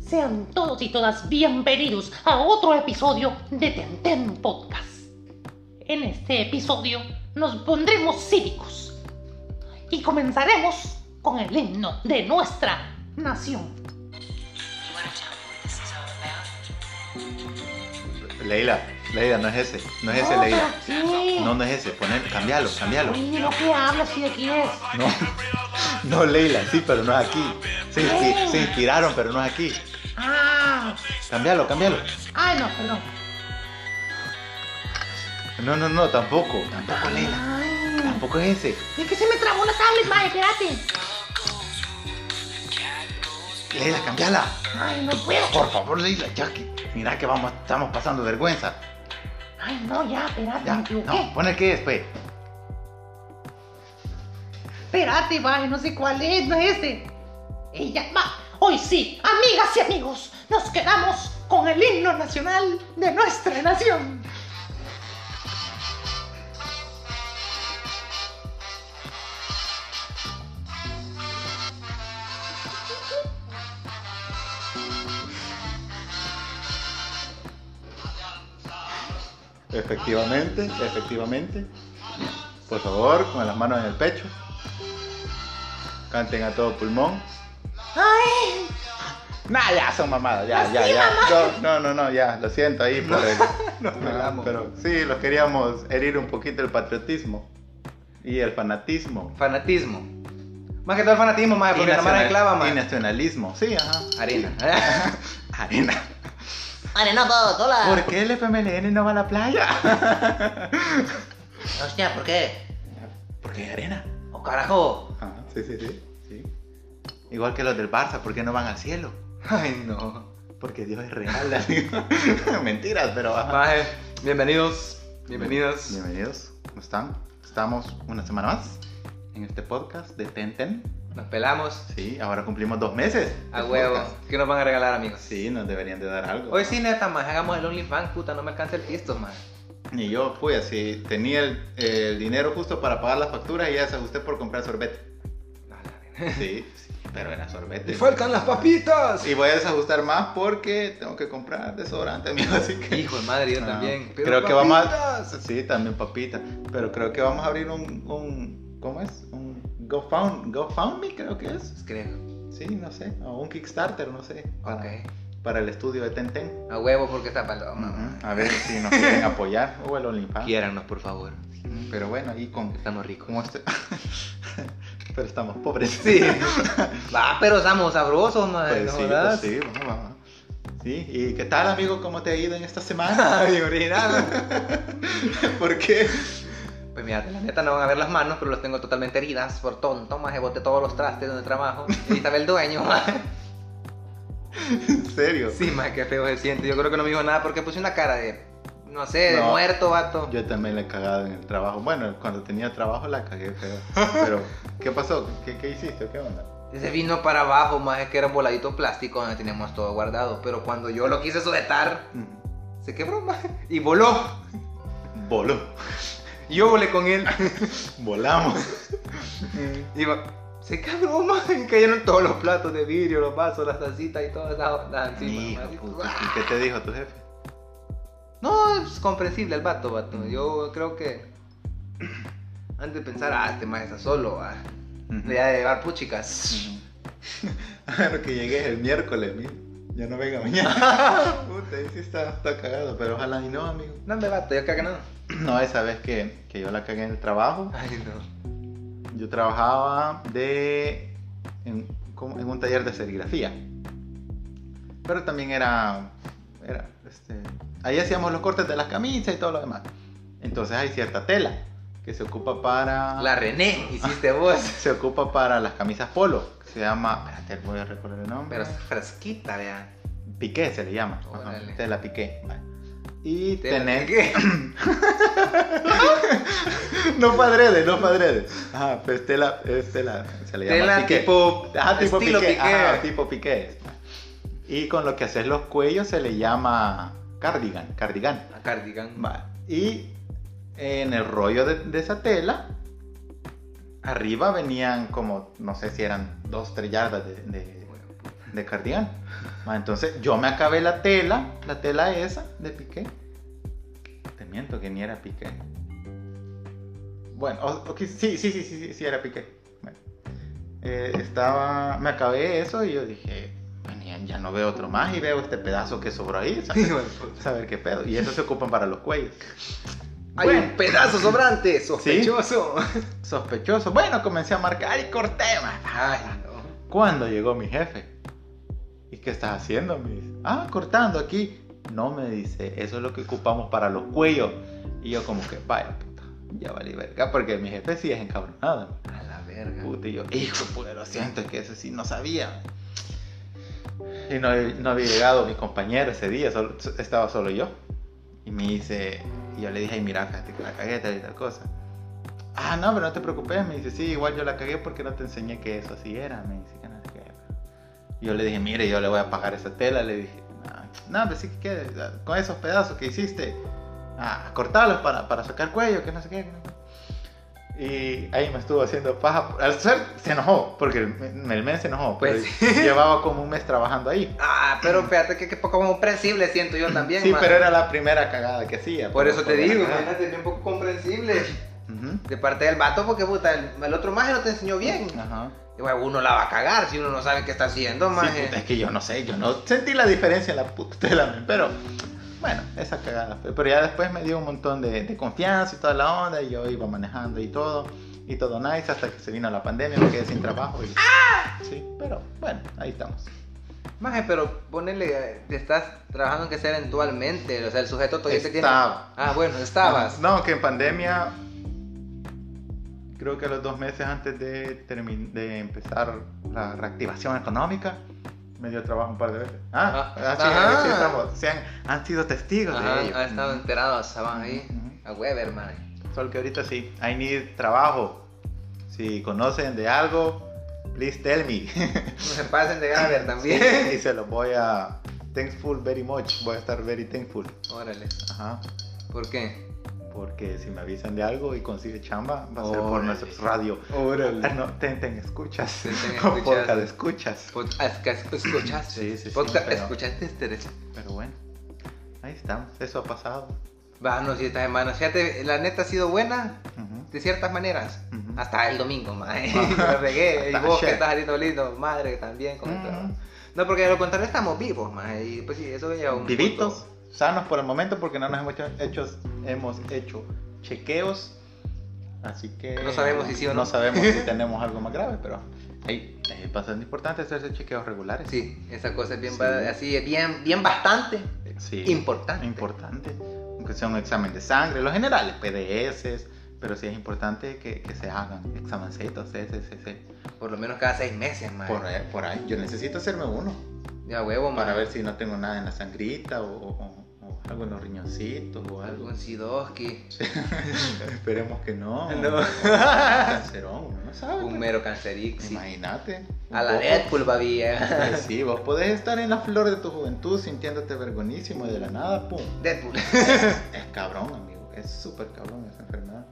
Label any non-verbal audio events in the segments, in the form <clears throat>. Sean todos y todas bienvenidos a otro episodio de Tenten Podcast. En este episodio nos pondremos cívicos y comenzaremos con el himno de nuestra nación. You want to tell me what this is all about? Leila, Leila, no es ese, no es ese, No, Leila. Oh, pero sí. No, no es ese, poner, cambialo, cambialo. Oye, lo que hablas y de quién es. No, <laughs> no, Leila, sí, pero no es aquí. Se, inspi- se inspiraron, pero no es aquí. Ah, Cambialo, cambialo. ay no, perdón. No, no, no, tampoco, tampoco, Leila. Ay, Tampoco es ese. es que se me trabó la tablet, mae, espérate. Leila, cambiala. Ay, no puedo. Por favor, Leila, ya que, mira que vamos, estamos pasando vergüenza. Ay, no, ya, espérate, Ya, me equivoqué. no, pon el que es, pues. Espérate, vale, no sé cuál es, no es ese. Ella va. Hoy sí, amigas y amigos, nos quedamos con el himno nacional de nuestra nación. Efectivamente, efectivamente. Por favor, con las manos en el pecho. Canten a todo pulmón. Ay, Nah, ya son mamadas, ya, Así, ya, ya. mamá. No, no, no, no, ya, lo siento ahí por el. nos No, velamos. Pero sí, los queríamos herir un poquito el patriotismo y el fanatismo. Fanatismo. Más que todo el fanatismo, más Ah, porque Y la mara nacional- de clava, y más. nacionalismo, sí, ajá. Arena. Arena. Arena todos, ¿Por Ah. hola. qué el FMLN no va a la playa? Hostia, ¿por qué? Porque hay arena. Oh, carajo. Ajá, Ah, sí, sí, sí, sí. Igual que los del Barça, ¿por qué no van al cielo? <laughs> Ay, no. Porque Dios es real. <laughs> así. Mentiras, pero. ajá. Maje, bienvenidos, bienvenidos. Bienvenidos. ¿Cómo están? Estamos una semana más en este podcast de Tenten. Nos pelamos Sí, ahora cumplimos dos meses. a de huevo. podcast. ¿Qué nos van a regalar, amigos? Sí, nos deberían de dar algo. Hoy sí, neta, más hagamos el OnlyFans, puta, no me alcanza el pisto, más. Ni yo, fui así. Tenía el, el dinero justo para pagar las facturas y ya se ajusté por comprar sorbete. Sí, sí, pero era sorbete. las papitas! Y voy a desajustar más porque tengo que comprar desodorante, <laughs> amigo, así que... Hijo de madre, yo No, también. Pero Creo que vamos a... papitas. Sí, también papita. Pero creo que vamos a abrir un... un ¿Cómo es? Un GoFound, GoFundMe, creo que es. Creo. Sí, no sé. O un Kickstarter, no sé. Para, Ok. para el estudio de Tenten. A huevo porque está paloma. ma. A ver si nos quieren apoyar o el Olimpa. Quiérannos, por favor. Pero bueno, ahí con, Estamos ricos. como este- <laughs> Pero estamos pobres. Sí. <laughs> Va, pero estamos sabrosos, man. Pues ¿no sí, jodas? pues sí, vamos, vamos. Sí, ¿y qué tal, amigo? ¿Cómo te ha ido en esta <laughs> semana? Ay, original. ¿Por qué? Pues mira, la neta no van a ver las manos, pero las tengo totalmente heridas por tonto, más boté todos los trastes donde trabajo. Y estaba el dueño, <laughs> más. ¿En serio? Sí, más que feo se siente. Yo creo que no me dijo nada porque puse una cara de, no sé, de No. muerto, vato. Yo también la he cagado en el trabajo. Bueno, cuando tenía trabajo la cagué feo. Pero, ¿qué pasó? ¿Qué, qué hiciste? ¿Qué onda? Ese vino para abajo, más es que era voladito plástico donde teníamos todo guardado. Pero cuando yo lo quise sujetar, se quebró, más. Y voló. Voló. Y Yo volé <laughs> con él. Volamos. Y va- se quebró, más. Cayeron todos los platos de vidrio, los vasos, las tacitas y todas esas ondas encima. Hijo maje. puta, ¿Y qué te dijo tu jefe? No, es comprensible el vato, vato. Yo creo que <clears throat> antes de pensar, ah, este maestro está solo, ah, le voy a llevar puchicas. <laughs> Claro Ah, que llegué el miércoles, mira. Ya no venga <laughs> mañana. Puta, ahí sí está, está cagado, pero ojalá y no, amigo. No me vato, yo creo que no. No, esa vez que, que yo la cagué en el trabajo, Ay, no. yo trabajaba de en, como en un taller de serigrafía. Pero también era, era este, ahí hacíamos los cortes de las camisas y todo lo demás. Entonces hay cierta tela que se ocupa para La René, hiciste vos. se ocupa para las camisas polo, que se llama, espérate, voy a recordar el nombre. Pero está fresquita, vea. Piqué se le llama. Órale. Ajá, Te la piqué. vale. Y Te la tenés. piqué. <laughs> No padrede, no padrede. Ajá, pues tela, es tela. Se le llama Tela piqué. tipo- Ajá, tipo estilo piqué. piqué. Ajá, tipo piqué. Y con lo que haces los cuellos se le llama cardigan, cardigan. A cardigan. Vale. Y en el rollo de, de esa tela, arriba venían como, no sé si eran dos, tres yardas de, de, de cardigan. Ma, entonces yo me acabé la tela, la tela esa de Piqué. Te miento que ni era Piqué. Bueno, o- o qui- sí, sí, sí, sí, sí, sí era Piqué. Bueno, eh, estaba, me acabé eso y yo dije, bueno, ya, ya no veo otro más y veo este pedazo que sobró ahí. <laughs> Hijo de ¿sabes? puta. Saber qué pedo. Y eso se ocupan para los cuellos. Hay Bueno. un pedazo sobrante, sospechoso. Sospechoso. Bueno, comencé a marcar y corté, ma. Ay, no. ¿Cuándo llegó mi jefe? ¿Y qué estás haciendo? Me dice. Ah, cortando aquí. No me dice, eso es lo que ocupamos para los cuellos. Y yo como que, vaya puta, ya vale verga, porque mi jefe sí es encabronado. A la verga. Puta, y yo, hijo, de puta, lo siento, es que eso sí no sabía. Y no, no había llegado mi compañero ese día, solo- estaba solo yo. Y me dice, y yo le dije, ay, mira, fíjate que la cagué, tal y tal cosa. Ah, no, pero no te preocupes, me dice, sí, igual yo la cagué porque no te enseñé que eso así era, me dice que no sé qué. Y yo le dije, mire, yo le voy a pagar esa tela, le dije, "Ah, no, no, pero sí que quede, con esos pedazos que hiciste, ah, cortarlos para, para sacar cuello, que no sé qué. que no sé qué". Y ahí me estuvo haciendo paja. Al ser, se enojó, porque el, el men se enojó. Pues pero <laughs> llevaba como un mes trabajando ahí. Ah, pero fíjate que, que poco comprensible siento yo también. sí, ma. pero era la primera cagada que hacía. Por eso te digo, Ajá. imagínate, bien poco comprensible. Ujú. De parte del vato, porque puta, el, el otro maje no te enseñó bien. Ajá. Y, bueno, uno la va a cagar si uno no sabe qué está haciendo, Sí, maje. puta, es que yo no sé, yo no sentí la diferencia en la puta de la men, pero bueno, esa cagada fue. Pero ya después me dio un montón de, de confianza y toda la onda, y yo iba manejando y todo, y todo nice, hasta que se vino la pandemia, me quedé sin trabajo. y- ¡Ah! Sí, pero bueno, ahí estamos. Maje, pero ponele, eh, te estás trabajando que sea eventualmente. O sea, el sujeto todavía te tiene. Estaba. Ah, bueno, estabas. No, que en pandemia, creo que a los dos meses antes de, termin- de empezar la reactivación económica, me dio trabajo un par de veces. Ah, Ah, así, ajá. así estamos. Se han, han sido testigos Ajá, de ello. ha estado enterado, estaban ahí. Ujú. A Weber, maje. Solo que ahorita sí, I need trabajo. Si conocen de algo, please tell me. No se pasen de <laughs> Gaber también. y se los voy a. Thankful very much. Voy a estar very thankful. Órale. Ajá. ¿Por qué? Porque si me avisan de algo y consigue chamba, va a ser por Órale. nuestros radio. Ah, Órale. no, ten, ten, escuchas. Ten, <laughs> ten, O escuchas. Podcast, escuchas. Pues, ah, ¿Escuchaste? Sí, sí, sí, Podcast, pero- ¿Escuchaste este? Pero bueno, ahí estamos. Eso ha pasado. Va, no, sí, esta semana. Fíjate, la neta ha sido buena Ujú. de ciertas maneras. Ujú. Hasta el domingo, eh. madre. Ah. <laughs> Lo <laughs> regué. Y Hasta vos que ayer. estás alito lindo, madre, también. Con el Mm. trabajo. No, porque a lo contrario estamos vivos, madre. Y pues sí, eso ya un. Vivitos, punto. sanos por el momento, porque no nos hemos hecho, hechos- hemos hecho chequeos. Así que. No sabemos si sí o no. sabemos <laughs> si tenemos algo más grave, pero ahí es bastante importante hacerse chequeos regulares. Sí, esa cosa es bien, Sí. ba- así, es bien, bien bastante. Sí. Importante. Importante. Aunque sea un examen de sangre, los generales, PDS, pero sí es importante que, que se hagan examencitos, SSC. Por lo menos cada seis meses, madre. Por, ahí- por ahí. Yo necesito hacerme uno Ya huevo, para madre. ver si no tengo nada en la sangrita o, o- o algo en los riñoncitos o algo. Un Sidoski, Esperemos que no. <laughs> No. Cancerón, uno no sabe. un pues. mero cancerixi. Imagínate. A la Vos- Deadpool, eh. babilla. Pues Sí, vos podés estar en la flor de tu juventud sintiéndote vergonísimo y de la nada, pum. <laughs> Deadpool. Es cabrón, amigo. Es súper cabrón esa enfermedad.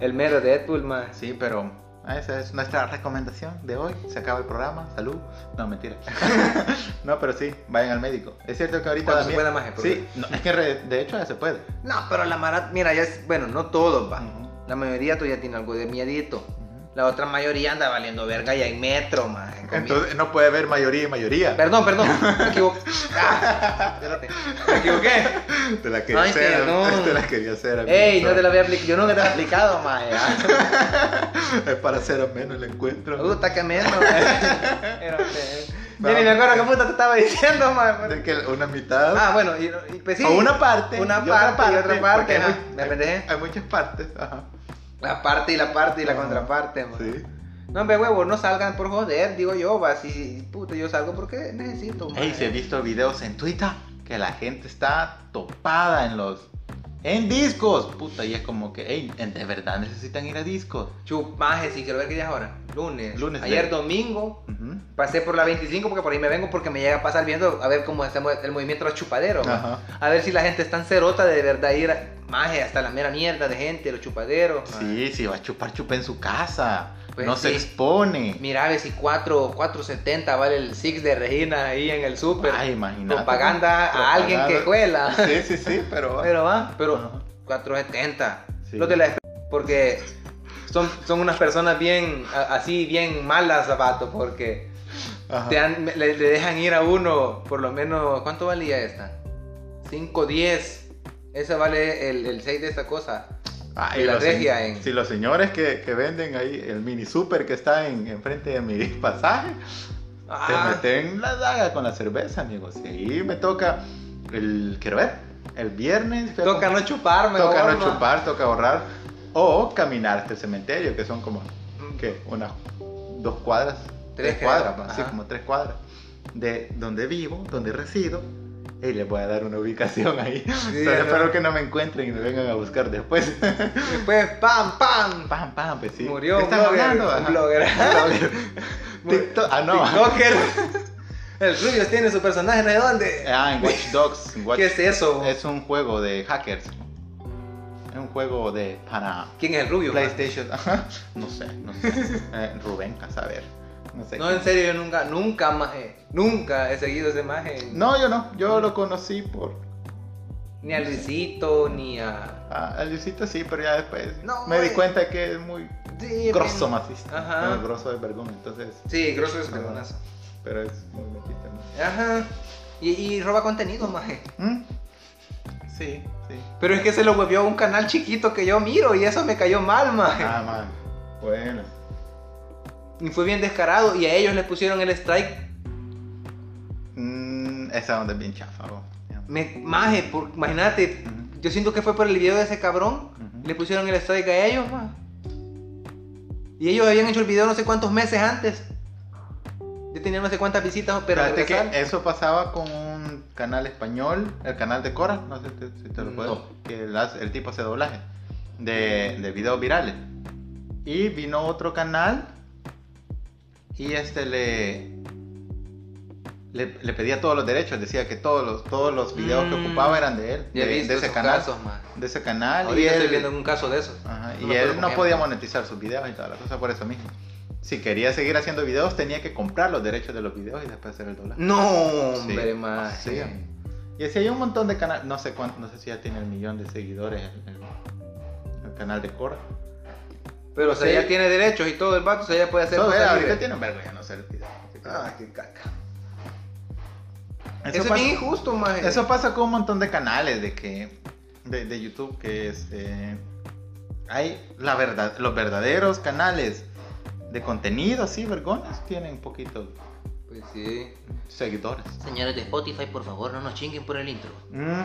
El mero Deadpool, madre. Sí, pero Ah, esa es nuestra recomendación de hoy. Se acaba el programa. Salud. No, mentira. <laughs> no, pero sí, vayan al médico. Es cierto que ahorita Cuando se también- pueda, maje, por Sí, no, es que re- de hecho ya se puede. No, pero la mara, mira, ya es, bueno, no todos va. Ujú. La mayoría todavía tiene algo de miedito. La otra mayoría anda valiendo verga ya en metro, más. Entonces no puede haber mayoría y mayoría. Perdón, perdón, <laughs> me equivoqué. Ah, espérate, me equivoqué. Te la quería Ay, hacer. <laughs> perdón. Te la quería hacer. amigo. Ey, no te lo Sorry. había aplicado, yo nunca te lo he aplicado, más. <laughs> Es para hacer ameno el encuentro. Puta, que <laughs> menos. Era usted. Yo ni me acuerdo qué puta te estaba diciendo, más. De que una mitad. Ah, bueno, y, y pues sí. o una parte. Una y otra parte, y otra porque parte. hay ajá, mu- Me hay- pendejé. Hay muchas partes. Ajá. La parte y la parte y la Ajá. contraparte, Ah, man. Sí. No, hombre, huevo, no salgan por joder, digo yo, va, si puta, yo salgo porque necesito, man. Ey, se he visto videos en Twitter que la gente está topada en los. En discos, puta, y es como que, ey, de verdad necesitan ir a discos. Chupaje, sí, quiero ver qué día es ahora. Lunes. Lunes, Ayer de- domingo. Ujú. Pasé por la 25 porque por ahí me vengo porque me llega a pasar viendo a ver cómo hacemos el movimiento de los chupaderos. man. Ajá. A ver si la gente está en cerota de verdad ir a- maje, hasta la mera mierda de gente, los chupaderos. maje. Sí, si va a chupar, chupa en su casa. Pues no se sí. expone. Mira, ve si 4, 470 vale el Six de Regina ahí en el súper. Ay, imagínate. Propaganda a alguien que cuela. <laughs> Sí, sí, sí, pero. Pero va, Ajá. pero 470. Sí. Los de la porque son, son unas personas bien, a- así, bien malas, zapato, porque Ajá. te dan- le, le dejan ir a uno, por lo menos, ¿cuánto valía esta? 5, 10. Ese vale el, el 6 de esta cosa. Ah, y la los regia se- en- Si los señores que, que venden ahí el mini super que está en, enfrente de mi <laughs> pasaje, Ah, te meten la daga con la cerveza, amigos. Y ahí me toca el. Quiero ver. El viernes. fui a toca comprar- no chuparme, toca no gordo. chupar, toca ahorrar. O caminar hasta el cementerio, que son como. ¿Qué? Unas dos cuadras. Tres cuadras, cuadras, así ajá. como tres cuadras. De donde vivo, donde resido. Y les voy a dar una ubicación ahí. <laughs> Solo ajá. espero que no me encuentren y me vengan a buscar después. <laughs> Después, Pues, pam, pam. Pam, pam, pues sí. Murió ¿Qué un estás blogger. hablando? un Ajá. blogger. <laughs> TikTok. Ah, no. TikToker. <laughs> El Rubius tiene su personaje, ¿no de dónde? Ah, en Watch Dogs. en Watch- <laughs> ¿Qué es eso? Es un juego de hackers. Es un juego de para ¿Quién es el Rubius? PlayStation. <laughs> Ajá. No sé, no sé. <laughs> Eh, Rubén, a saber. No sé. No, en serio, yo nunca, nunca, maje, nunca he seguido ese maje. No, yo no. Yo lo conocí por. Ni a Luisito, ni a... A a Luisito sí, pero ya después No, me di eh. cuenta que es muy Sí, grosso men- masista. Ajá. Bueno, grosso de vergüenza, entonces. Sí, grosso es pegonazo. Pero es muy metiste, ¿no? Ajá. Y, y roba contenido, maje. ¿Mm? Sí, <laughs> sí. Pero es que se lo huevió a un canal chiquito que yo miro y eso me cayó mal, maje. Ah, man. Bueno. Y fue bien descarado y a ellos les pusieron el strike Mm, esa onda es bien chafa, vos. Ya. Me, maje, por- imagínate, Ujú. yo siento que fue por el video de ese cabrón. Ujú. Le pusieron el strike a ellos, maje. Y ellos habían hecho el video no sé cuántos meses antes. Ya tenían no sé cuántas visitas, pero Fíjate regresar- que eso pasaba con un canal español, el canal de Cora, no sé si si te lo puedo, No. que el, el tipo hace doblaje de, de videos virales. Y vino otro canal y este le, le, le pedía todos los derechos, decía que todos los, todos los videos que Mm. ocupaba eran de él, Ya he eh, de, visto de ese esos canal. casos, maje. De ese canal. y Ahorita estoy él- viendo un caso de esos. Ajá, No y me acuerdo él cómo no se podía llama. monetizar sus videos y toda la cosa por eso mismo. Si quería seguir haciendo videos, tenía que comprar los derechos de los videos y después hacer el doblaje. No, Sí, hombre, maje. sí, amigo. Y así hay un montón de canales, no sé cuánto, no sé si ya tiene el millón de seguidores el, el- el canal de Cora. Pero o sea, Sí. ya tiene derechos y todo el vato, o sea, ya puede hacer Todo, eh, cosas ahorita libres. tiene un vergo ya no sé. Ah, qué caca. Eso Eso, es pasa- bien injusto, maje. Eso pasa con un montón de canales de que de, de YouTube que es eh, hay la verdad los verdaderos canales de contenido así vergones tienen poquitos Pues sí. seguidores. Señores de Spotify, por favor, no nos chinguen por el intro. Mm.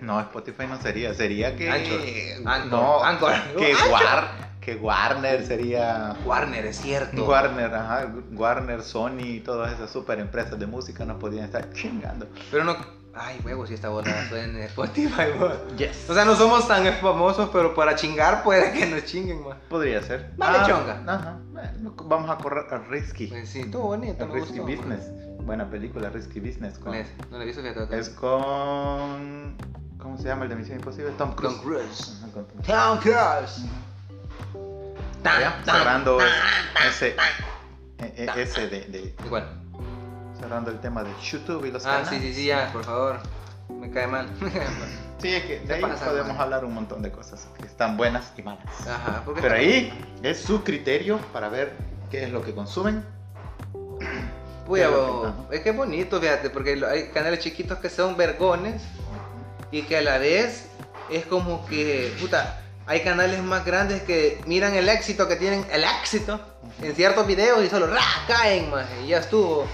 No, Spotify no sería, sería que Anchor. Anchor. no, Anchor. que Anchor. War- que Warner sería Warner, es cierto. Warner, ajá, Warner, Sony y todas esas super empresas de música nos podían estar chingando. Pero no. Ay, huevos, si esta bola suena en Spotify, bo. Yes. O sea, no somos tan famosos, pero para chingar puede que nos chinguen, más. Podría ser. Ah, Vale, chonga. Ajá. Bueno, Vamos a correr a Risky. Pues sí, estuvo bonito, A me Risky gustó. ma. Business. Buena película, Risky Business. con- Con ese, no le he visto fíjate. Es con. ¿Cómo se llama el de Misión Imposible? Tom Cruise. Tom Cruise. Ajá, con Tom Cruise. Tom Cruise. Ya, Cerrando ese. eh, eh, Ese de, de- Igual. Cerrando el tema de YouTube y los Ah, canales. sí, sí, sí, ya, por favor. Me cae mal. <laughs> Sí, es que de Se ahí pasa, podemos man. hablar un montón de cosas que están buenas y malas. Ajá, porque. Pero ahí es su criterio para ver qué es lo que consumen. Puya, Pero- bo, Ajá. es que es bonito, fíjate, porque lo- hay canales chiquitos que son vergones y que a la vez es como que, puta, hay canales más grandes que miran el éxito que tienen, el éxito, en ciertos videos y solo ra, caen, maje, y ya estuvo.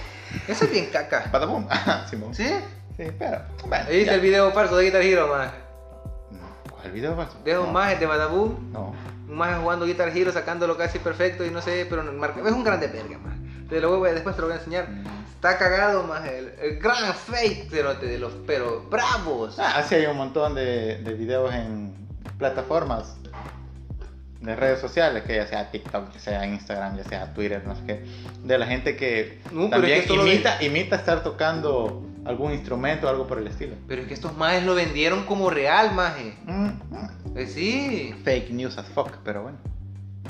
Eso es bien caca. <laughs> Badabum. Simón. ¿Sí? Ah, Sí, pero. Bueno, ¿Viste ya. el video falso de Guitar Hero, maje? No, ¿Cuál video falso? De un No, maje de Badabú, No. un maje jugando Guitar Hero, sacándolo casi perfecto y no sé, pero no marca. Es un grande verga, maje. Te lo voy a- después te lo voy a enseñar. Está cagado más el, el gran fake cerote, de los pero bravos. Ah, sí, hay un montón de, de videos en plataformas de redes sociales, que ya sea TikTok, ya sea Instagram, ya sea Twitter, no sé qué, de la gente que No, Uh, pero también es que solo imita, imita estar tocando algún instrumento o algo por el estilo. Pero es que estos majes lo vendieron como real, maje. Mm, mm. Eh, sí. Fake news as fuck, pero bueno.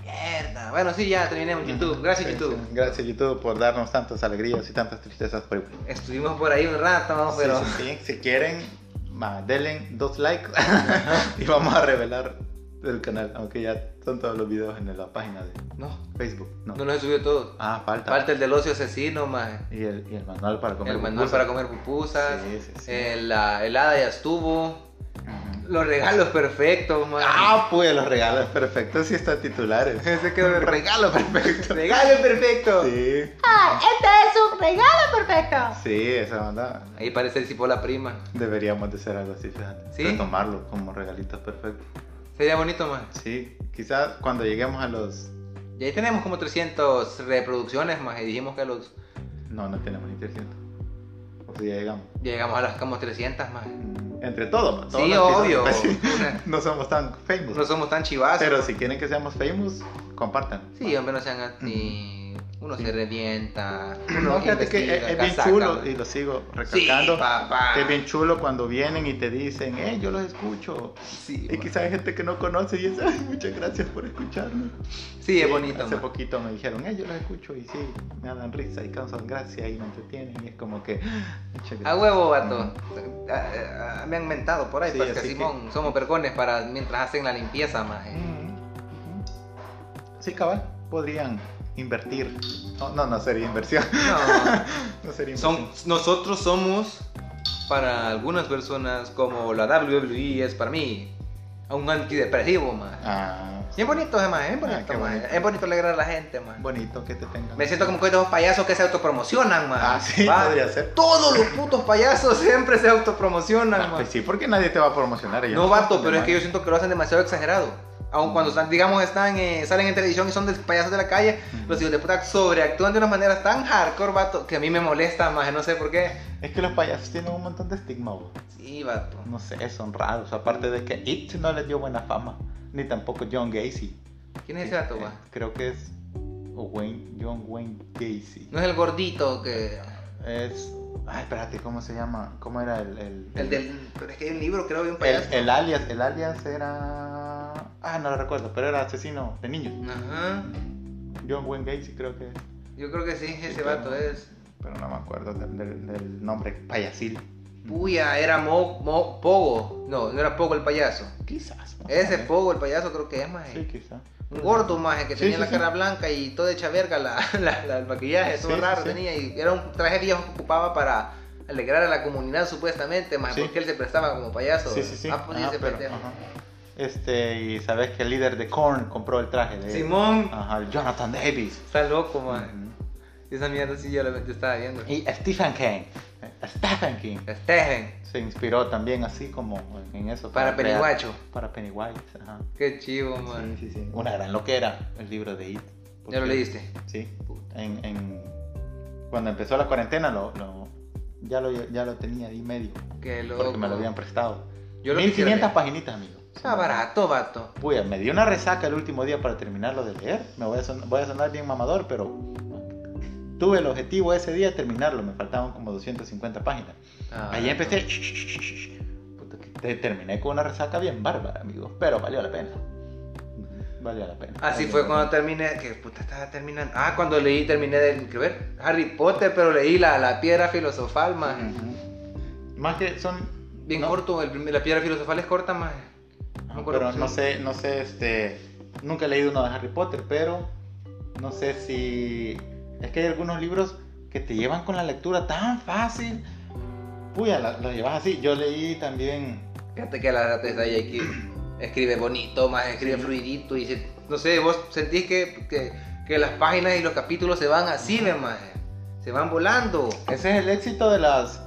Mierda. Bueno, sí, ya terminemos YouTube. Gracias, Sí, YouTube. sí. Este, Gracias YouTube por darnos tantas alegrías y tantas tristezas. Pero, Estuvimos por ahí un rato, ¿no? pero... Sí, sí, sí. si quieren, ma, denle dos likes <laughs> y vamos a revelar el canal, aunque ya son todos los videos en la página de No, Facebook. No. no los he subido todos. Ah, falta. Falta el del ocio asesino, maje. Y, el, y el manual para comer. El manual pupusas. para comer pupusas. Eh, Sí, sí, sí. El, la helada ya estuvo. Ujú. Los regalos perfectos, maje. Ah, pues los regalos perfectos sí están titulares. Ese quedó Un perfecto. regalo <laughs> perfecto. Regalo perfecto. Sí, ¡Ay, este es un regalo perfecto! sí, esa banda. Ahí parece el cipola prima. Deberíamos de hacer algo así, fíjate. ¿Sí? Retomarlo como regalitos perfectos. Sería bonito, maje. Sí, quizás cuando lleguemos a los... Y ahí tenemos como 300 reproducciones, maje. Dijimos que a los... No, no tenemos ni 300. O si ya llegamos. Ya llegamos a las como 300, maje. Mm, Entre todos, ma, todos Sí, los <laughs> obvio. episodios, pues, no somos tan famous. No somos tan chivazos. pero si quieren que seamos famous, compartan. Sí, hombre, no sean así. Uno se revienta. Uno Mm. No, fíjate que es, investiga, es bien casaca, chulo, hombre. y lo sigo Sí, recalcando, papá. que es bien chulo cuando vienen y te dicen, hey, yo los escucho. Sí, Y ma. quizás hay gente que no conoce y dice, ay, muchas gracias por escucharme. Sí, es bonito. Hace ma. poquito me dijeron, eh, yo los escucho y sí, me dan risa y causan gracia y me entretienen y es como que... "Ah, muchas gracias. A huevo, vato. Ah, ah, Me han mentado por ahí, Sí, pues, que así que- Simón, somos percones para mientras hacen la limpieza, más. eh. <laughs> Mm, ujú. Sí, cabal, podrían invertir. No, no, no sería inversión. <laughs> No, No sería inversión. son, nosotros somos, para algunas personas, como la WWE es para mí, un antidepresivo, más. Ah, Bien bonito, además, es Ah, qué bonito, más. bonito. Es bonito alegrar a la gente, más. bonito que te tengan. Me siento como que estos payasos que se autopromocionan, más. Ah, sí, podría ser. Todos los putos payasos siempre se autopromocionan, Ah, ma. pues sí, porque nadie te va a promocionar. ellos No, vato, pero es man. que yo siento que lo hacen demasiado exagerado. Aun cuando están, digamos, están, eh, salen en televisión y son de payasos de la calle, Ujú. los hijos de puta sobreactúan de unas maneras tan hardcore, vato, que a mí me molesta más, no sé por qué. Es que los payasos tienen un montón de estigma, bo. Sí, vato. no sé, son raros. Aparte de que It no les dio buena fama, ni tampoco John Gacy. ¿Quién es ese vato, va? Eh, Creo que es Wayne, John Wayne Gacy. No es el gordito que. Es. Ay, espérate, ¿cómo se llama? ¿Cómo era el. El, El del. Pero es que hay un libro, creo, de un el, payaso. el alias, el alias era. Ah, no lo recuerdo, pero era asesino de niños. Ajá. John Wayne Gacy, creo que es. Yo creo que sí, ese Sí, vato claro. es. Pero no me acuerdo del, del- del nombre payasil. Puya, era Mo, Mo- Pogo. No, no era Pogo el payaso. Quizás. no Ese sé. Pogo el payaso creo que es más. Sí, quizás. Un gordo maje que Sí, tenía sí, la sí. cara blanca y todo hecha verga la, <laughs> la- la- el maquillaje, todo Sí, sí, raro sí. tenía y era un traje viejo que ocupaba para alegrar a la comunidad supuestamente, más Sí. porque él se prestaba como payaso. Sí, sí, sí. Ah, pues, Ajá, ese pero, pendejo. ajá. Este, y sabes que el líder de Korn compró el traje de Simón Ajá, el Jonathan Davis. está loco, maje. Ah. Ujú. Esa mierda sí yo la yo estaba viendo. Y Stephen King. eh, Stephen King. Estejen, Se inspiró también así como en eso. para crear- Peniguacho. Para Pennywise, ajá. Qué chivo, maje. Sí, sí, sí. Una gran loquera, el libro de It. ¿Ya lo Porque- leíste? Sí. En, en- cuando empezó la cuarentena lo, lo- ya, lo, ya lo tenía ahí medio. Qué loco. Porque me lo habían prestado. Yo lo 1500 1500 paginitas, amigo. Está barato, vato. Puya, me dio una resaca el último día para terminarlo de leer. Me voy a, son- voy a sonar bien mamador, pero tuve el objetivo ese día de terminarlo. Me faltaban como 250 páginas. Ah, Ahí vato. empecé. Puta, que te- terminé con una resaca bien bárbara, amigos. Pero valió la pena. Valió la pena. Así Valió fue la pena. cuando terminé, que puta estaba terminando. Ah, cuando leí, terminé de escribir Harry Potter, pero leí la, la piedra filosofal, más. Ujú. Más que son. Bien no- corto, el primer- la piedra filosofal es corta, más. Ajá, pero no sé, no sé, este. Nunca he leído uno de Harry Potter, pero no sé si. Es que hay algunos libros que te llevan con la lectura tan fácil. Puya, la- lo llevas así. Yo leí también. Fíjate que la rata está ahí aquí. Escribe bonito, más escribe fluidito y se- no sé, vos sentís que, que, que las páginas y los capítulos se van así, ve, más. Se van volando. Ese es el éxito de las.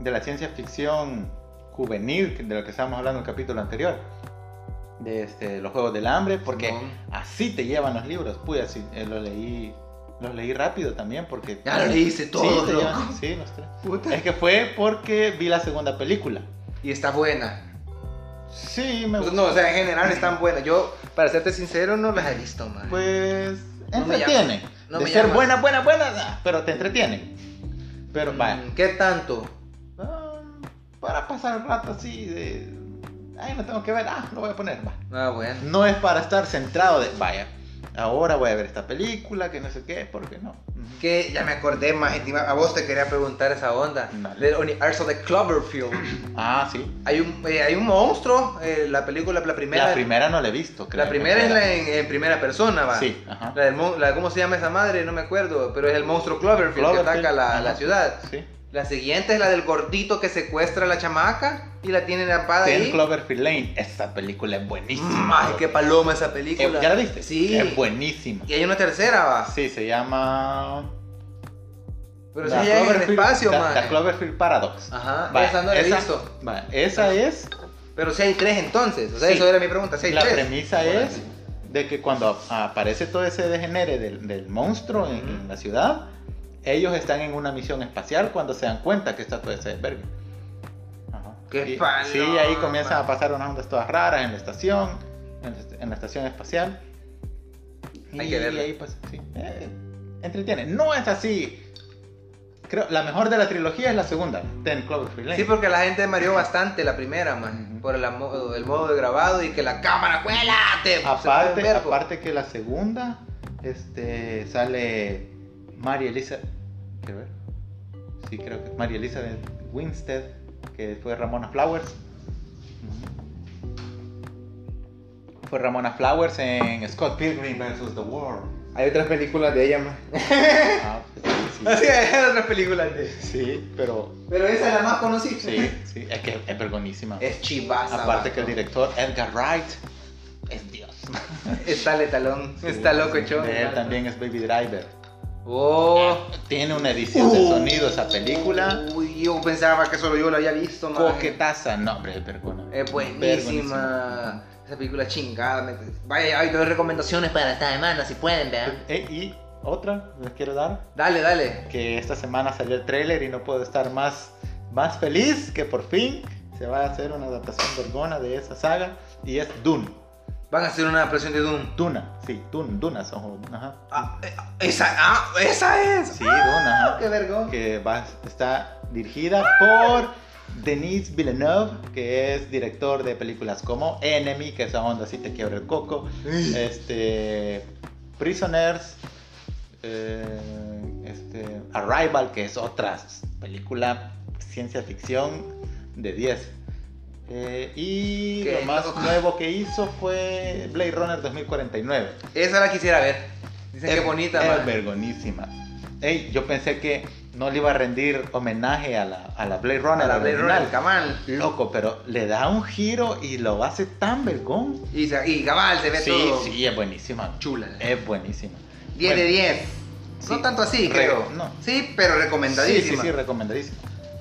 de la ciencia ficción juvenil, que- de lo que estábamos hablando en el capítulo anterior. De este, los juegos del hambre, porque Simón. así te llevan los libros. Puya, sí, eh, lo leí. Los leí rápido también, porque. Ya lo leíste todo, sí, te loco. llevan- sí, los tres. Puta. Es que fue porque vi la segunda película. Y está buena. Sí, me Pues, gustó. No, o sea, en general están buenas. Yo, para serte sincero, no las he visto, más. Pues No me entretiene. llama. No de me ser llama. buena, buena, buena, ah, pero te entretiene. Pero vaya, Mm, ¿Qué tanto? Ah, para pasar el rato así de... Ay, no tengo que ver, ah, lo voy a poner, va. Ah, bueno. No es para estar centrado de, vaya, ahora voy a ver esta película, que no sé qué, porque no. Ujú. Que ya me acordé más, encima, a vos te quería preguntar esa onda. Dale. Del universo de Cloverfield. Ah, sí. Hay un, eh, hay un monstruo, eh, la película, la primera. la primera no la he visto, creo. la primera es la en, en primera persona, va. Sí, ajá. La del mon- la- ¿Cómo se llama esa madre? No me acuerdo, pero es el monstruo Cloverfield, que Cloverfield, ataca la, ajá. la ciudad. Sí. La siguiente es la del gordito que secuestra a la chamaca y la tiene atrapada Ten ahí. Cloverfield Lane. Esta película es buenísima. Ay, qué paloma esa película. Eh, ¿Ya la viste? Sí. Es buenísima. Y hay una tercera, va. Sí, se llama... Pero The esa ya es en el Cloverfield- espacio, The- man. The Cloverfield Paradox. Ajá, Va, esa no la he visto. va, esa es... Pero si hay tres entonces. O sea, Sí. eso era mi pregunta. Si hay La tres. premisa Bueno, es de que cuando aparece todo ese degenere del, del monstruo en, en la ciudad, ellos están en una misión espacial cuando se dan cuenta que está todo ese desvergue. Ajá. ¡Qué Y- paloma! Sí, ahí comienzan a pasar unas ondas todas raras en la estación, en, la- en la estación espacial. Hay y que verla. ahí pasa, sí. Eh, entretiene. No es así. Creo, la mejor de la trilogía es la segunda, Ten Cloverfield Lane. Sí, porque la gente mareó bastante la primera, man. Ujú. Por el, amo- el modo de grabado y que la cámara cuela. Te, se pueden Aparte, ver, po. aparte que la segunda este, sale María Elizabeth. Quiero ver. Sí, creo que es María Elizabeth Winstead, que fue Ramona Flowers. Ujú. Fue Ramona Flowers en Scott Pilgrim vs. The World. Hay otras películas de ella, man. <laughs> Ah, pues Así sí, hay otras películas de sí, sí, pero Pero esa es la más conocida. sí, sí, es que es vergonísima. Es chivaza. Aparte va. que el director Edgar Wright es Dios. Está letalón. Está loco, chon. De él también es Baby Driver. Oh. Tiene una edición Uh. de sonido esa película. Uy, yo pensaba que solo yo la había visto, man. Coquetaza, no, hombre, es vergona. Es Vergonísima. buenísima. Esa película chingada. me- Vaya, hay dos Recomendaciones para esta semana, si pueden, vean. Eh, y otra, les quiero dar, Dale, dale. que esta semana salió el tráiler y no puedo estar más, más feliz que por fin se va a hacer una adaptación vergona de esa saga y es Dune. Van a hacer una presión de Doom. Duna, sí, Dune, Duna, son, ajá. Ah, eh, esa, ah, esa es. Sí, Duna, Ah, ajá. qué vergón. que va- está dirigida por Denis Villeneuve, que es director de películas como Enemy, que esa onda si te quiebra el coco, este, Prisoners, eh, este, Arrival, que es otra película ciencia ficción de 10. Eh, y Qué lo más loco. nuevo que hizo fue Blade Runner 2049. Esa la quisiera ver. Dicen que Es- bonita, es man. vergonísima. Ey, yo pensé que no le iba a rendir homenaje a la, a la Blade Runner. A la Blade original. Runner, Cabal. Loco, pero le da un giro y lo hace tan vergón. Y, se- y Cabal se ve Sí, todo sí, es buenísima. chula. 10 Es buenísima. de Bueno, 10. No sí. tanto así, Re- creo. no. Sí, pero Sí, sí, recomendadísima. sí, recomendadísima.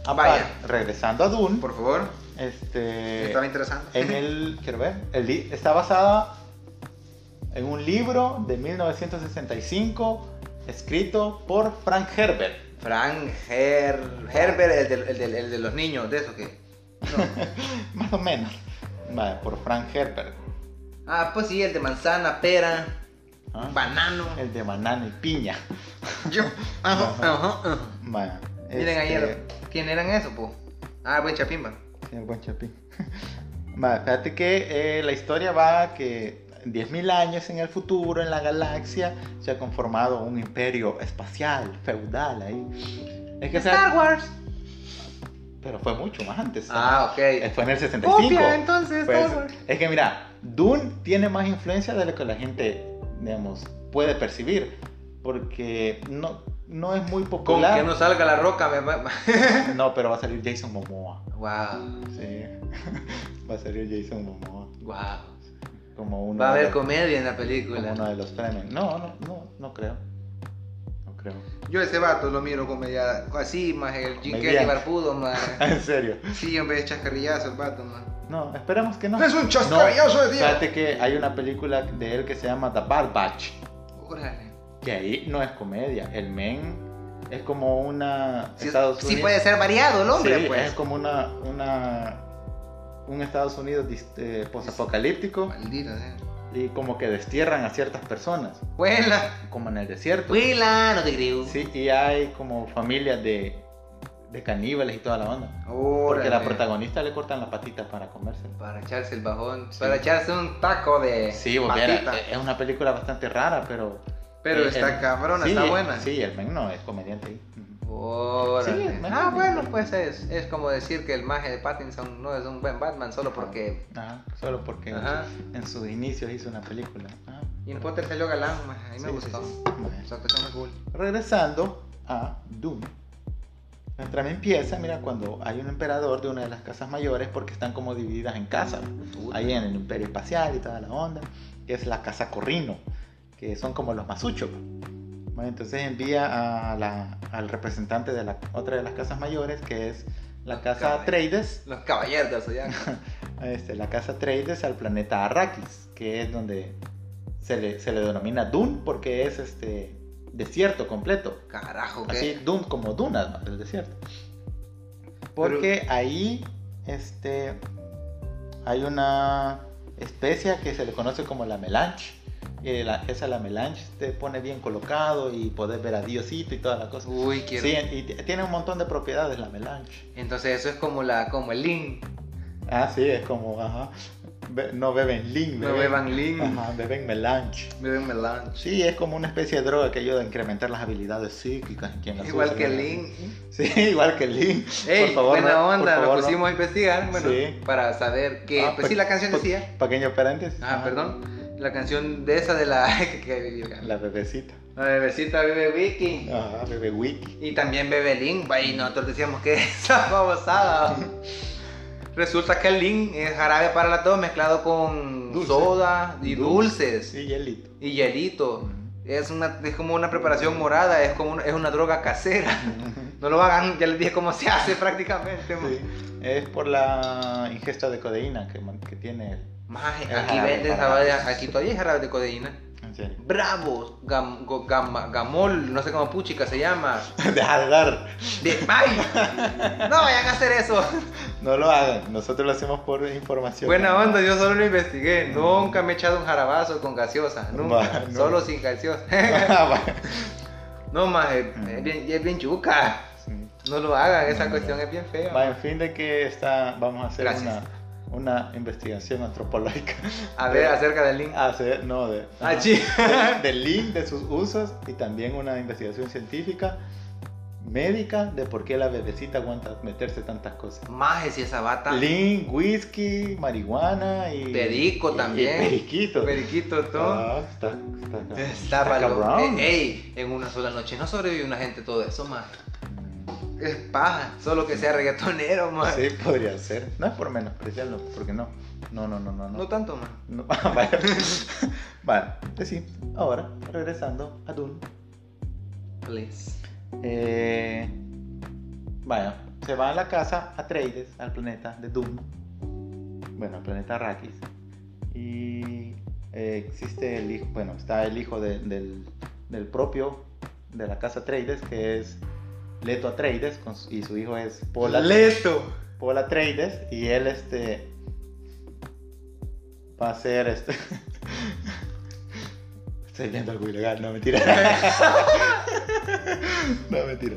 Vaya. Aparte, Regresando a Dune, Por favor, este. me estaba interesando. En <laughs> el, quiero ver, el li- está basada en un libro de 1965 escrito por Frank Herbert. <laughs> Frank Her Herbert, el, del- el del- el de los niños, de esos que. Más o menos. Vale, por Frank Herbert. Ah, pues sí, el de manzana, pera, Ah, banano. El de banana y piña. <laughs> Yo. Ajá, Ajá. ajá, ajá. Vale, Miren este, ayer, ¿quién eran esos, po? Ah, buen chapimba. sí, buen <laughs> chapín. Vale, fíjate que eh, la historia va que 10.000 años en el futuro, en la galaxia, se ha conformado un imperio espacial, feudal ahí. Es que sea- Wars. Pero fue mucho más antes. Ah, Eh, ok. Fue en el 65. Copia, entonces, Pues, Star Wars. es que mira, Dune tiene más influencia de lo que la gente, digamos, puede percibir. Porque no, no es muy Con popular. que no salga la roca, me va. <laughs> No, pero va a salir Jason Momoa. Wow, Sí. <laughs> va a salir Jason Momoa. wow. Como uno, Va a de, haber los- comedia en la como uno película. de los Fremen. No, no, no, no creo. No <laughs> creo. Yo ese vato lo miro comedia así, más el Jim Muy Carrey bien. barbudo, más. Ah, en serio. Sí, hombre, es chascarrillazo el vato, más. No, esperamos que no. Es un chascarrillazo de tío. Fíjate que hay una película de él que se llama The Bad Batch. Órale. Que ahí no es comedia. El men es como una. Sí, Estados sí Unidos- puede ser variado el hombre, Sí, pues. Es como una. una un Estados Unidos dis- eh, posapocalíptico Maldito, eh. y como que destierran a ciertas personas, Huela, como en el desierto. Huila, no te creo. Sí, y hay como familias de, de caníbales y toda la onda. Porque Órale. la protagonista le cortan las patitas para comérselo. Para echarse el bajón, Sí. para echarse un taco de Sí, eh, porque era- patita. es una película bastante rara, pero. Pero el- está el- cabrona, eh, sí, está el- buena. Sí, el men no, es comediante ahí. Ujú. Órale. Sí, es buena. ah, bueno, pues es, es como decir que el maje de Pattinson no es un buen Batman solo porque Ajá, Ah, solo porque en Ajá. su- en sus inicios hizo una película. Ajá. y en Potter salió galán, maje. a mí me Sí, gustó. sí, sí. Su actuación fue cool. Regresando a Doom. La trama empieza, mira, cuando hay un emperador de una de las casas mayores porque están como divididas en casas. Ahí en el imperio espacial y toda la onda, que es la casa Corrino, que son como los masuchos. Bueno, entonces envía a la- al representante de la otra de las casas mayores, que es la casa Caballo. Atreides, Los caballeros del Zodiaco. este, la casa Atreides al planeta Arrakis, que es donde se le, se le denomina Dun porque es este desierto completo. Carajo, Así, qué. dun- como dunas ¿no? del desierto. Porque ahí este, hay una especie que se le conoce como la melange. Y la- esa la melange te pone bien colocado y podés ver a Diosito y toda la cosa. Uy, quiero. Sí, y t- tiene un montón de propiedades la melange. Entonces eso es como la como el link. Ah, sí, es como, ajá. be- no beben lin, No beban link. Ajá, beben melange. Beben melange. Sí, es como una especie de droga que ayuda a incrementar las habilidades psíquicas. en quien la Igual sufre. que el link. eh. Sí, <laughs> igual que el link. Ey, por favor, buena no, por onda, favor, nos no. pusimos a investigar, bueno, Sí. para saber qué, Ah, pues sí, pe- la canción pe- decía, Pequeño paréntesis. ah, perdón, la canción de esa de la, <laughs> que- que- La Ah. bebecita. la bebecita bebe wiki, Ajá, bebé wiki. y también bebe Link, va, y nosotros decíamos que <laughs> esa <laughs> babosada, resulta que el Link es jarabe para la tos mezclado con Dulce. soda y Y dulces, Sí, hielito. y hielito, Ujú. es, una, es como una preparación morada, es como una, es una droga casera, no lo hagan, ya les dije cómo se hace <laughs> prácticamente, Sí. Es por la ingesta de codeína que, man- que tiene él. Maje, Es aquí jarabe venden para jarabe, gatos. aquí todavía hay jarabe de codeína. En serio. <laughs> Bravo, gam- go- gama- gamol, no sé cómo puchica se llama. Deja de dar. De, ¡Ay! No vayan a hacer eso. No lo hagan. Nosotros lo hacemos por información. Buena <laughs> onda, yo solo lo investigué. Nunca me he echado un jarabazo con gaseosa, nunca. Va, no. Solo sin gaseosa. <laughs> No, maje, Mm. es bien, es bien yuca. Sí. No lo hagan, esa No, no, cuestión no. es bien fea. Va, en fin de que está, vamos a hacer Gracias. una, una investigación antropológica. <laughs> A ver, Pero- Ah, acerca del link. Hacer, no, de, ajá. Ah, sí. del link de sus usos y también una investigación científica médica de por qué la bebecita aguanta meterse tantas cosas. Maje, si esa bata. Link, whisky, marihuana y. Perico y- y también. periquito. Periquito, todo. Ah, está, está- Está Eh, está valor. cabrón. Ey, en una sola noche no sobrevive una gente todo eso, más. Es paja, solo que sea reggaetonero, más. Sí, podría ser. No es por menospreciarlo, porque no. No, no, no, no. no. No tanto, más. No, <laughs> vale. vale, pues sí. Ahora, regresando a Dune. Please. Eh, bueno, se va a la casa Atreides, al planeta de Doom. Bueno, al planeta Arrakis. Y eh, existe el hijo, bueno, está el hijo de- del, del propio de la casa Atreides, que es Leto Atreides, con su- y su hijo es Paul, Atre- Leto. Paul Atreides, y él este va a ser este. <laughs> Estoy viendo algo ilegal, no mentira. <laughs> No, mentira.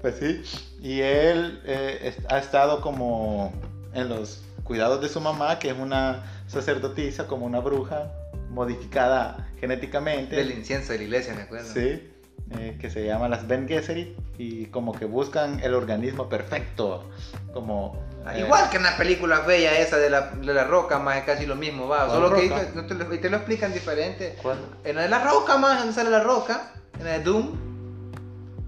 Pues sí. Y él eh, est- ha estado como en los cuidados de su mamá, que es una sacerdotisa, como una bruja, modificada genéticamente. Del incienso de la iglesia, me acuerdo. Sí. eh, que se llama las Ben Gesserit. Y como que buscan el organismo perfecto. Como... Ah, eh, Igual que en la película bella esa de la, de la roca, más es casi lo mismo, va. ¿Cuál Solo que roca? ahí no te, lo, y te lo explican diferente. ¿cuál? En la de la roca, más, donde sale la roca, en la de Doom.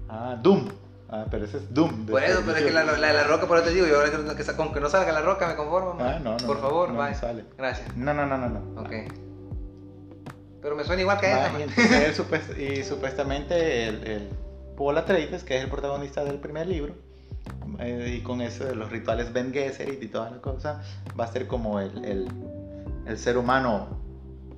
Ah, Doom. Ah, pero ese es Doom. de Por eso, pero es que la, la de la roca, por eso te digo, yo ahora creo que sa- con que no salga la roca me conformo, más. Ah, no, no, Por no, favor, no, no va. sale. Gracias. No, no, no, no, no. Ok. Pero me suena igual que a Ma, esa, y, man. <laughs> entonces él supues- y supuestamente el, el Paul Atreides, que es el protagonista del primer libro, eh, y con eso de los rituales Ben Gesserit y toda la cosa, va a ser como el, el- el ser humano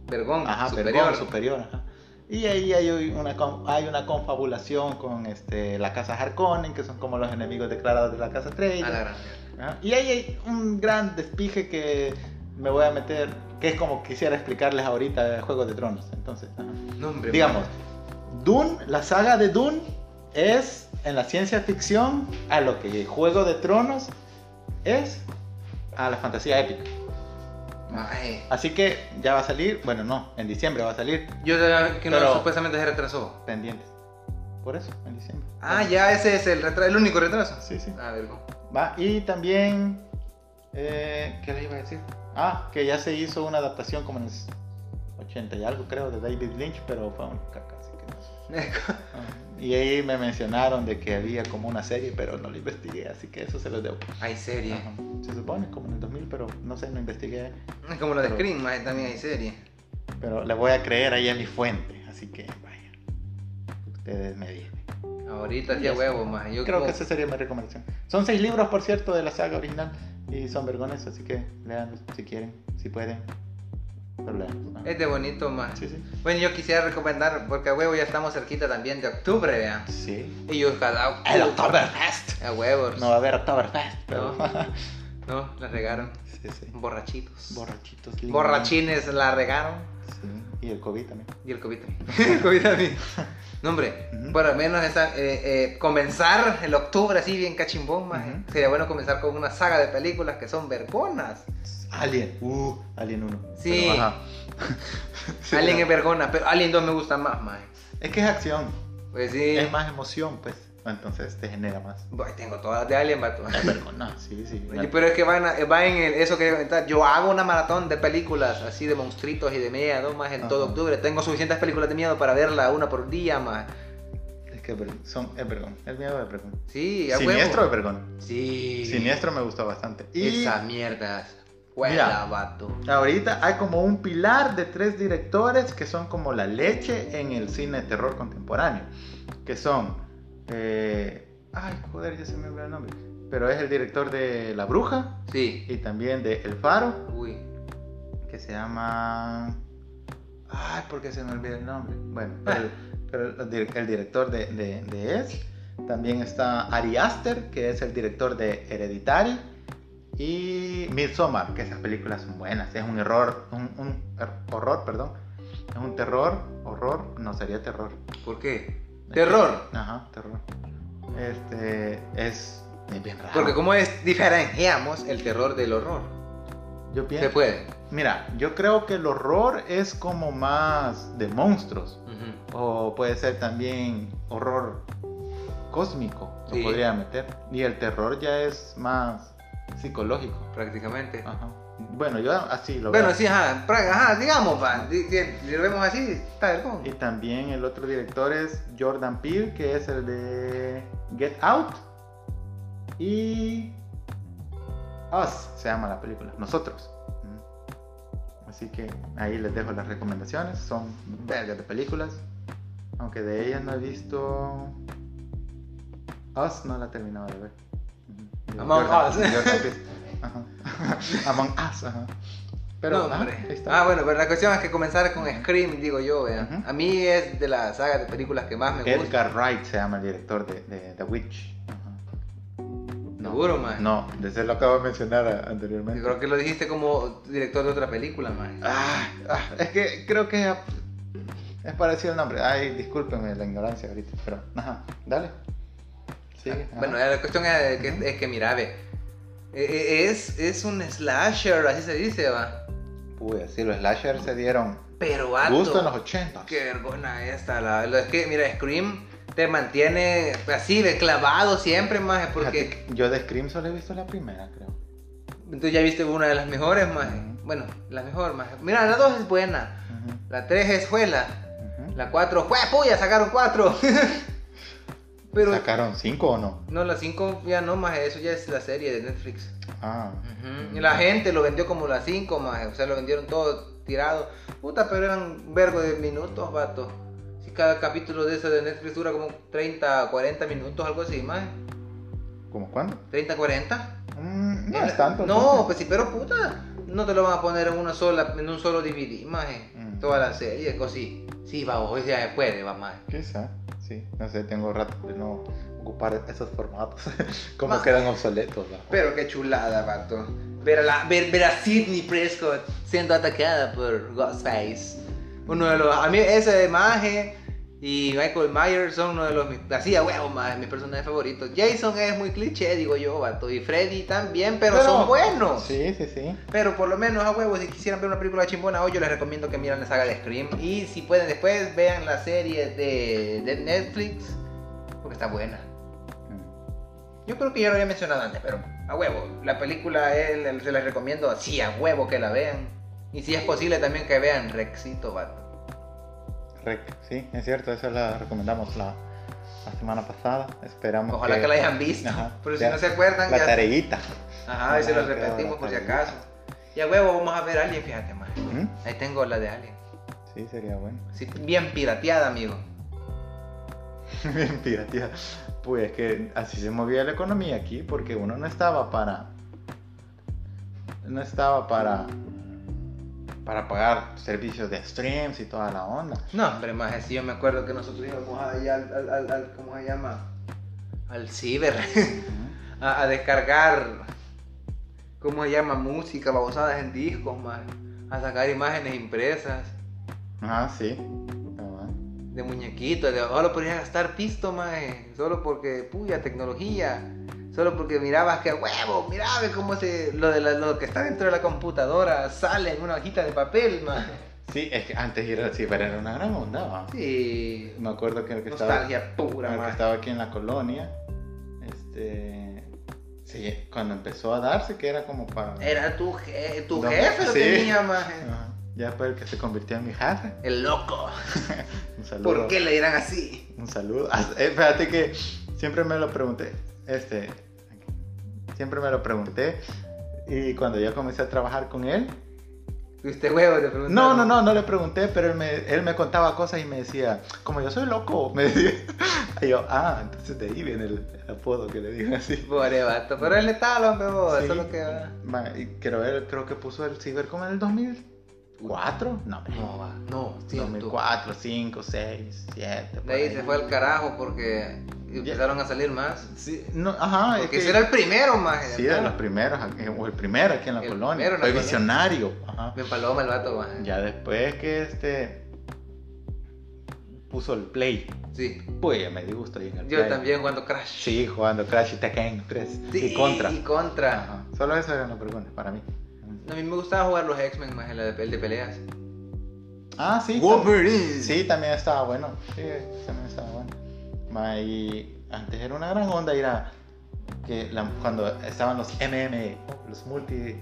Vergón, ajá, superior. vergón, superior. ajá. Y ahí hay una, con- hay una confabulación con este, la casa Harkonnen, que son como los enemigos declarados de la casa Atreides. A la gran. Ajá. Y ahí hay un gran despije que me voy a meter, que es como quisiera explicarles ahorita de Juego de Tronos. Entonces, ajá. No, hombre, Digamos, Dune, la saga de Dune es en la ciencia ficción a lo que Juego de Tronos es a la fantasía épica. Ay, Así que ya va a salir, bueno, no, en diciembre va a salir yo sabía que no Pero- supuestamente se retrasó. pendiente. Por eso, en diciembre. Ah, ya ese es el retraso, el único retraso. Sí, sí. A ver, Va, y también. eh, ¿qué les iba a decir? ah, que ya se hizo una adaptación como en los 80 y algo, creo, de David Lynch, pero fue una caca, así que no sé. Ah, Y ahí me mencionaron de que había como una serie, pero no lo investigué, así que eso se los debo. hay serie. Ajá. Se supone como en el 2000, pero no sé, no investigué. Es como lo de Pero- Scream, ahí también hay serie. Pero le voy a creer ahí a mi fuente, así que vaya. Ustedes me dicen. Ahorita Ya qué está. huevo, más. Yo Creo como- que esa sería mi recomendación. Son seis libros, por cierto, de la saga original y son vergones, así que lean si quieren, si pueden. Pero lean. Ah, es de bonito, más. Sí, sí. Bueno, yo quisiera recomendar, porque a huevo ya estamos cerquita también de octubre, vea. Sí. Y yo cada El Oktoberfest. A huevos. No va a haber Oktoberfest, pero. No, la regaron. <laughs> sí, sí. Borrachitos. Borrachitos. lindos. Borrachines la regaron. Sí. Y el COVID también. Y el COVID también. <laughs> El COVID también. No, hombre, Ujú. por lo menos esa- eh, eh, comenzar el octubre así bien cachimbón, más. Ujú. Sería bueno comenzar con una saga de películas que son vergonas. Alien. Uh, Alien 1. Sí. Pero, <laughs> ajá. Sí, Alien es pero- vergona, pero Alien 2 me gusta más, más. es que es acción. Pues sí. Es más emoción, pues. Entonces te genera más. Ay, tengo todas las de Alien, vato. Vergona. Sí, sí. Oye, pues- Pero es que van a- eh, va en el- eso que iba a comentar. Yo hago una maratón de películas así de monstruitos y de miedo más en todo Ajá. octubre. Tengo suficientes películas de miedo para verla una por día más. Es que es vergón- son, es vergón. El miedo es vergón. Sí, a huevo. Siniestro es vergón. Sí. Siniestro me gustó bastante. Y Esas mierdas. Mira. Huela, vato. ahorita hay como un pilar de tres directores que son como la leche en el cine de terror contemporáneo. Que son. eh, ay, joder, ya se me olvidó el nombre. Pero es el director de La Bruja Sí. y también de El Faro, Uy. que se llama. Ay, porque se me olvidó el nombre. Bueno, Ah. pero, pero el, dir- el director de, de, de Es. También está Ari Aster, que es el director de Hereditary. Y Midsommar, que esas películas son buenas. Es un error, un, un er- horror, perdón. Es un terror, horror, no sería terror. ¿Por qué? Terror. Ajá, terror. Este es, es bien raro. Porque como es diferenciamos el terror del horror. yo Se pienso, puede. mira, yo creo que el horror es como más de monstruos. Ujú. O puede ser también horror cósmico, lo Sí. podría meter. Y el terror ya es más psicológico. Prácticamente. Ajá. Bueno, yo así Ah, lo Bueno, veo. sí, ajá, pra- ajá, digamos, va, di- di- lo vemos así, está vergón. Y también el otro director es Jordan Peele, que es el de Get Out. Y Us se llama la película, nosotros. Mm. Así que ahí les dejo las recomendaciones. Son vergas de películas. Aunque de ellas no he visto. Us no la he terminado de ver. Ujú. De Among Jordan- Us. de Jordan Peele. Ajá. <laughs> Among Us, ajá. Pero, No, ajá, hombre. ahí está. Ah, bueno, pero la cuestión es que comenzar con Scream, digo yo, vea. Ujú. A mí es de las sagas de películas que más me gusta. Edgar Wright se llama el director de, de The Witch. Ajá. Seguro, man. No, de ese lo acabo de mencionar a- anteriormente. Yo creo que lo dijiste como director de otra película, man. Ah, ah, es que creo que es parecido el nombre. Ay, discúlpenme la ignorancia ahorita, pero ajá, dale. Sigue, ajá. Ah, Bueno, la cuestión es que, es que mira, ve. e- e- Es, es un slasher, así se dice, va. Uy, así los slashers se dieron Pero alto. gusto en los 80. Qué vergona esta, la, lo es que, mira, Scream te mantiene así, de clavado siempre, más, porque... Fíjate que Yo de Scream solo he visto la primera, creo. Tú ya viste una de las mejores, más. Ujú. Bueno, la mejor, más. Mira, la 2 es buena. Ujú, La 3 es juela. ujú. La 4, ¡puya! Sacaron 4. <laughs> Pero. ¿Sacaron cinco o no? No, la 5 ya no, más. Eso ya es la serie de Netflix. Ah. Y la gente lo vendió como la 5, más. O sea, lo vendieron todo tirado. Puta, pero eran un vergo de minutos, vato. Si cada capítulo de eso de Netflix dura como 30, 40 minutos, algo así, más. ¿Cómo cuándo? 30, 40. Mm, no En la- es tanto. Eh, No, entonces. pues sí, pero puta, no te lo van a poner en una sola, en un solo DVD, maje. Mm. Toda la serie, cosí. Sí, va, hoy ya se puede, va, maje. Quizá, sí. No sé, tengo rato de no ocupar esos formatos. <laughs> Como Ma- quedan obsoletos. ¿no? Pero qué chulada, vato. Ver a, la- ver, ver a Sidney Prescott siendo atacada por Ghostface. Uno de los. A mí esa imagen Y Michael Myers son uno de los. Así a huevo, ma, mis personajes favoritos. Jason es muy cliché, digo yo, vato. Y Freddy también, pero, Pero- son buenos. Sí, sí, sí. Pero por lo menos a huevo, si quisieran ver una película chimbona hoy, yo les recomiendo que miren la saga de Scream. Y si pueden después, vean la serie de, de Netflix, porque está buena. Mm. Yo creo que ya lo había mencionado antes, pero a huevo. La película eh, le- se les recomiendo así, a huevo que la vean. Y si es posible también que vean Rexito, vato. Rec, sí, es cierto, esa la recomendamos la, la semana pasada. Esperamos Ojalá que la hayan visto. Ajá, pero si ya. no se acuerdan, La ya- tareguita. Ajá, y se Ojalá los que la repetimos por si tareguita. acaso. Y a huevo, vamos a ver Alien, fíjate, más. ¿Mm? Ahí tengo la de Alien. Sí, sería bueno. Sí, bien pirateada, amigo. <laughs> Mentira, tía. Pues que así se movía la economía aquí porque uno no estaba para. No estaba para. Para pagar servicios de streams y toda la onda. No, hombre, más si yo me acuerdo que nosotros íbamos allá al, al, al- al- ¿cómo se llama? Al ciber, a, a descargar, ¿cómo se llama? Música, babosadas en discos, más, a sacar imágenes impresas Ah, sí. Cabal. de muñequitos, de, solo podías gastar pisto, más, solo porque, puya, tecnología, solo porque mirabas que, huevo, miraba cómo se, lo, de la- lo que está dentro de la computadora sale en una hojita de papel, más. Sí, es que antes ir al ciber era una gran onda. ¿va? Sí, Me acuerdo que el que estaba. nostalgia pura, Bueno, que más. estaba aquí en la colonia, este, sí, cuando empezó a darse, que era como para... Era tu, je- tu No, jefe lo sí. Ah. tenía, maje. Ajá. Ya fue el que se convirtió en mi jefe. El loco. Un saludo. ¿Por qué le dirán así? Un saludo. Ah, eh, fíjate que siempre me lo pregunté, este, siempre me lo pregunté, y cuando yo comencé a trabajar con él, Usted huevo te preguntaron. no, no, no, no le pregunté, pero él me, él me contaba cosas y me decía, como yo soy loco, <laughs> me decía, y yo, ah, entonces de ahí viene el, el apodo que le digo así. Pobre vato. Pero él está al hombre, bo, Sí. eso es lo que va. Ma- y creo, él- creo que puso el ciber como en el 2004. No, No, va. No, cierto. 2004, 5, 6, 7. De ahí se fue al carajo porque empezaron a salir más. Sí, no, ajá, es Porque que- ese era el primero, maje. sí, de los primeros, aquí- o el primero aquí en la El colonia. primero en la Fue colonia. visionario. ajá. Me paloma el vato, maje. Ya después que este puso el play. Sí. Pues ya me di gusto ahí en el Yo Play. también jugando Crash. Sí, jugando Crash y Tekken 3 Sí, y Contra. Y contra. Ajá. Solo eso eran las preguntas para mí. A mí me gustaba jugar los X-Men, maje, la de, el de peleas. Ah, sí. Wolverine. Sí, también estaba bueno. Sí, también estaba bueno. Ma, y antes era una gran onda ir a. Que la- cuando estaban los MM, los multi.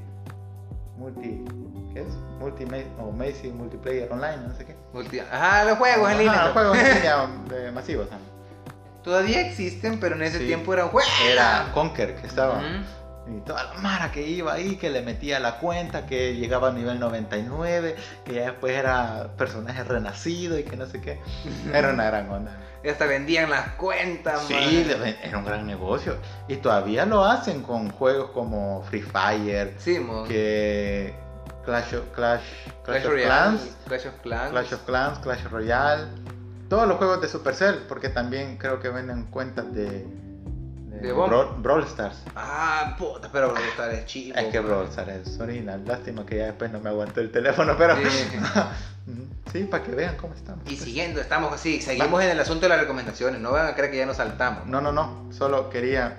Multi. ¿Qué es? Multi o Macy Multiplayer Online, no sé qué. Multi- Ajá, los juegos en línea. Ah, juegos <laughs> en línea de masivos. ah. Todavía existen, pero en ese Sí. tiempo eran juegos. Era Conker que estaba. Ujú. Y toda la mara que iba ahí, que le metía la cuenta, que llegaba a nivel 99, que ya después era personaje renacido y que no sé qué. Era una gran onda. Y hasta vendían las cuentas, Sí, man. le ven- era un gran negocio. Y todavía lo hacen con juegos como Free Fire, Sí, mo. que Clash of, Clash, Clash of Royale, Clans, Clash of Clans. Clash of Clans, Clash Royale. Todos los juegos de Supercell, porque también creo que venden cuentas de, de, De Bomb. Brawl, Brawl Stars. Ah, puta, pero Brawl Stars es chido. Es que Brawl Stars es original. Lástima que ya después no me aguantó el teléfono, pero... Sí. <laughs> Ujú. Sí, para que vean cómo estamos. <laughs> Y siguiendo, estamos así, seguimos en el asunto de las recomendaciones, no van a creer que ya nos saltamos. No, no, no. Solo quería...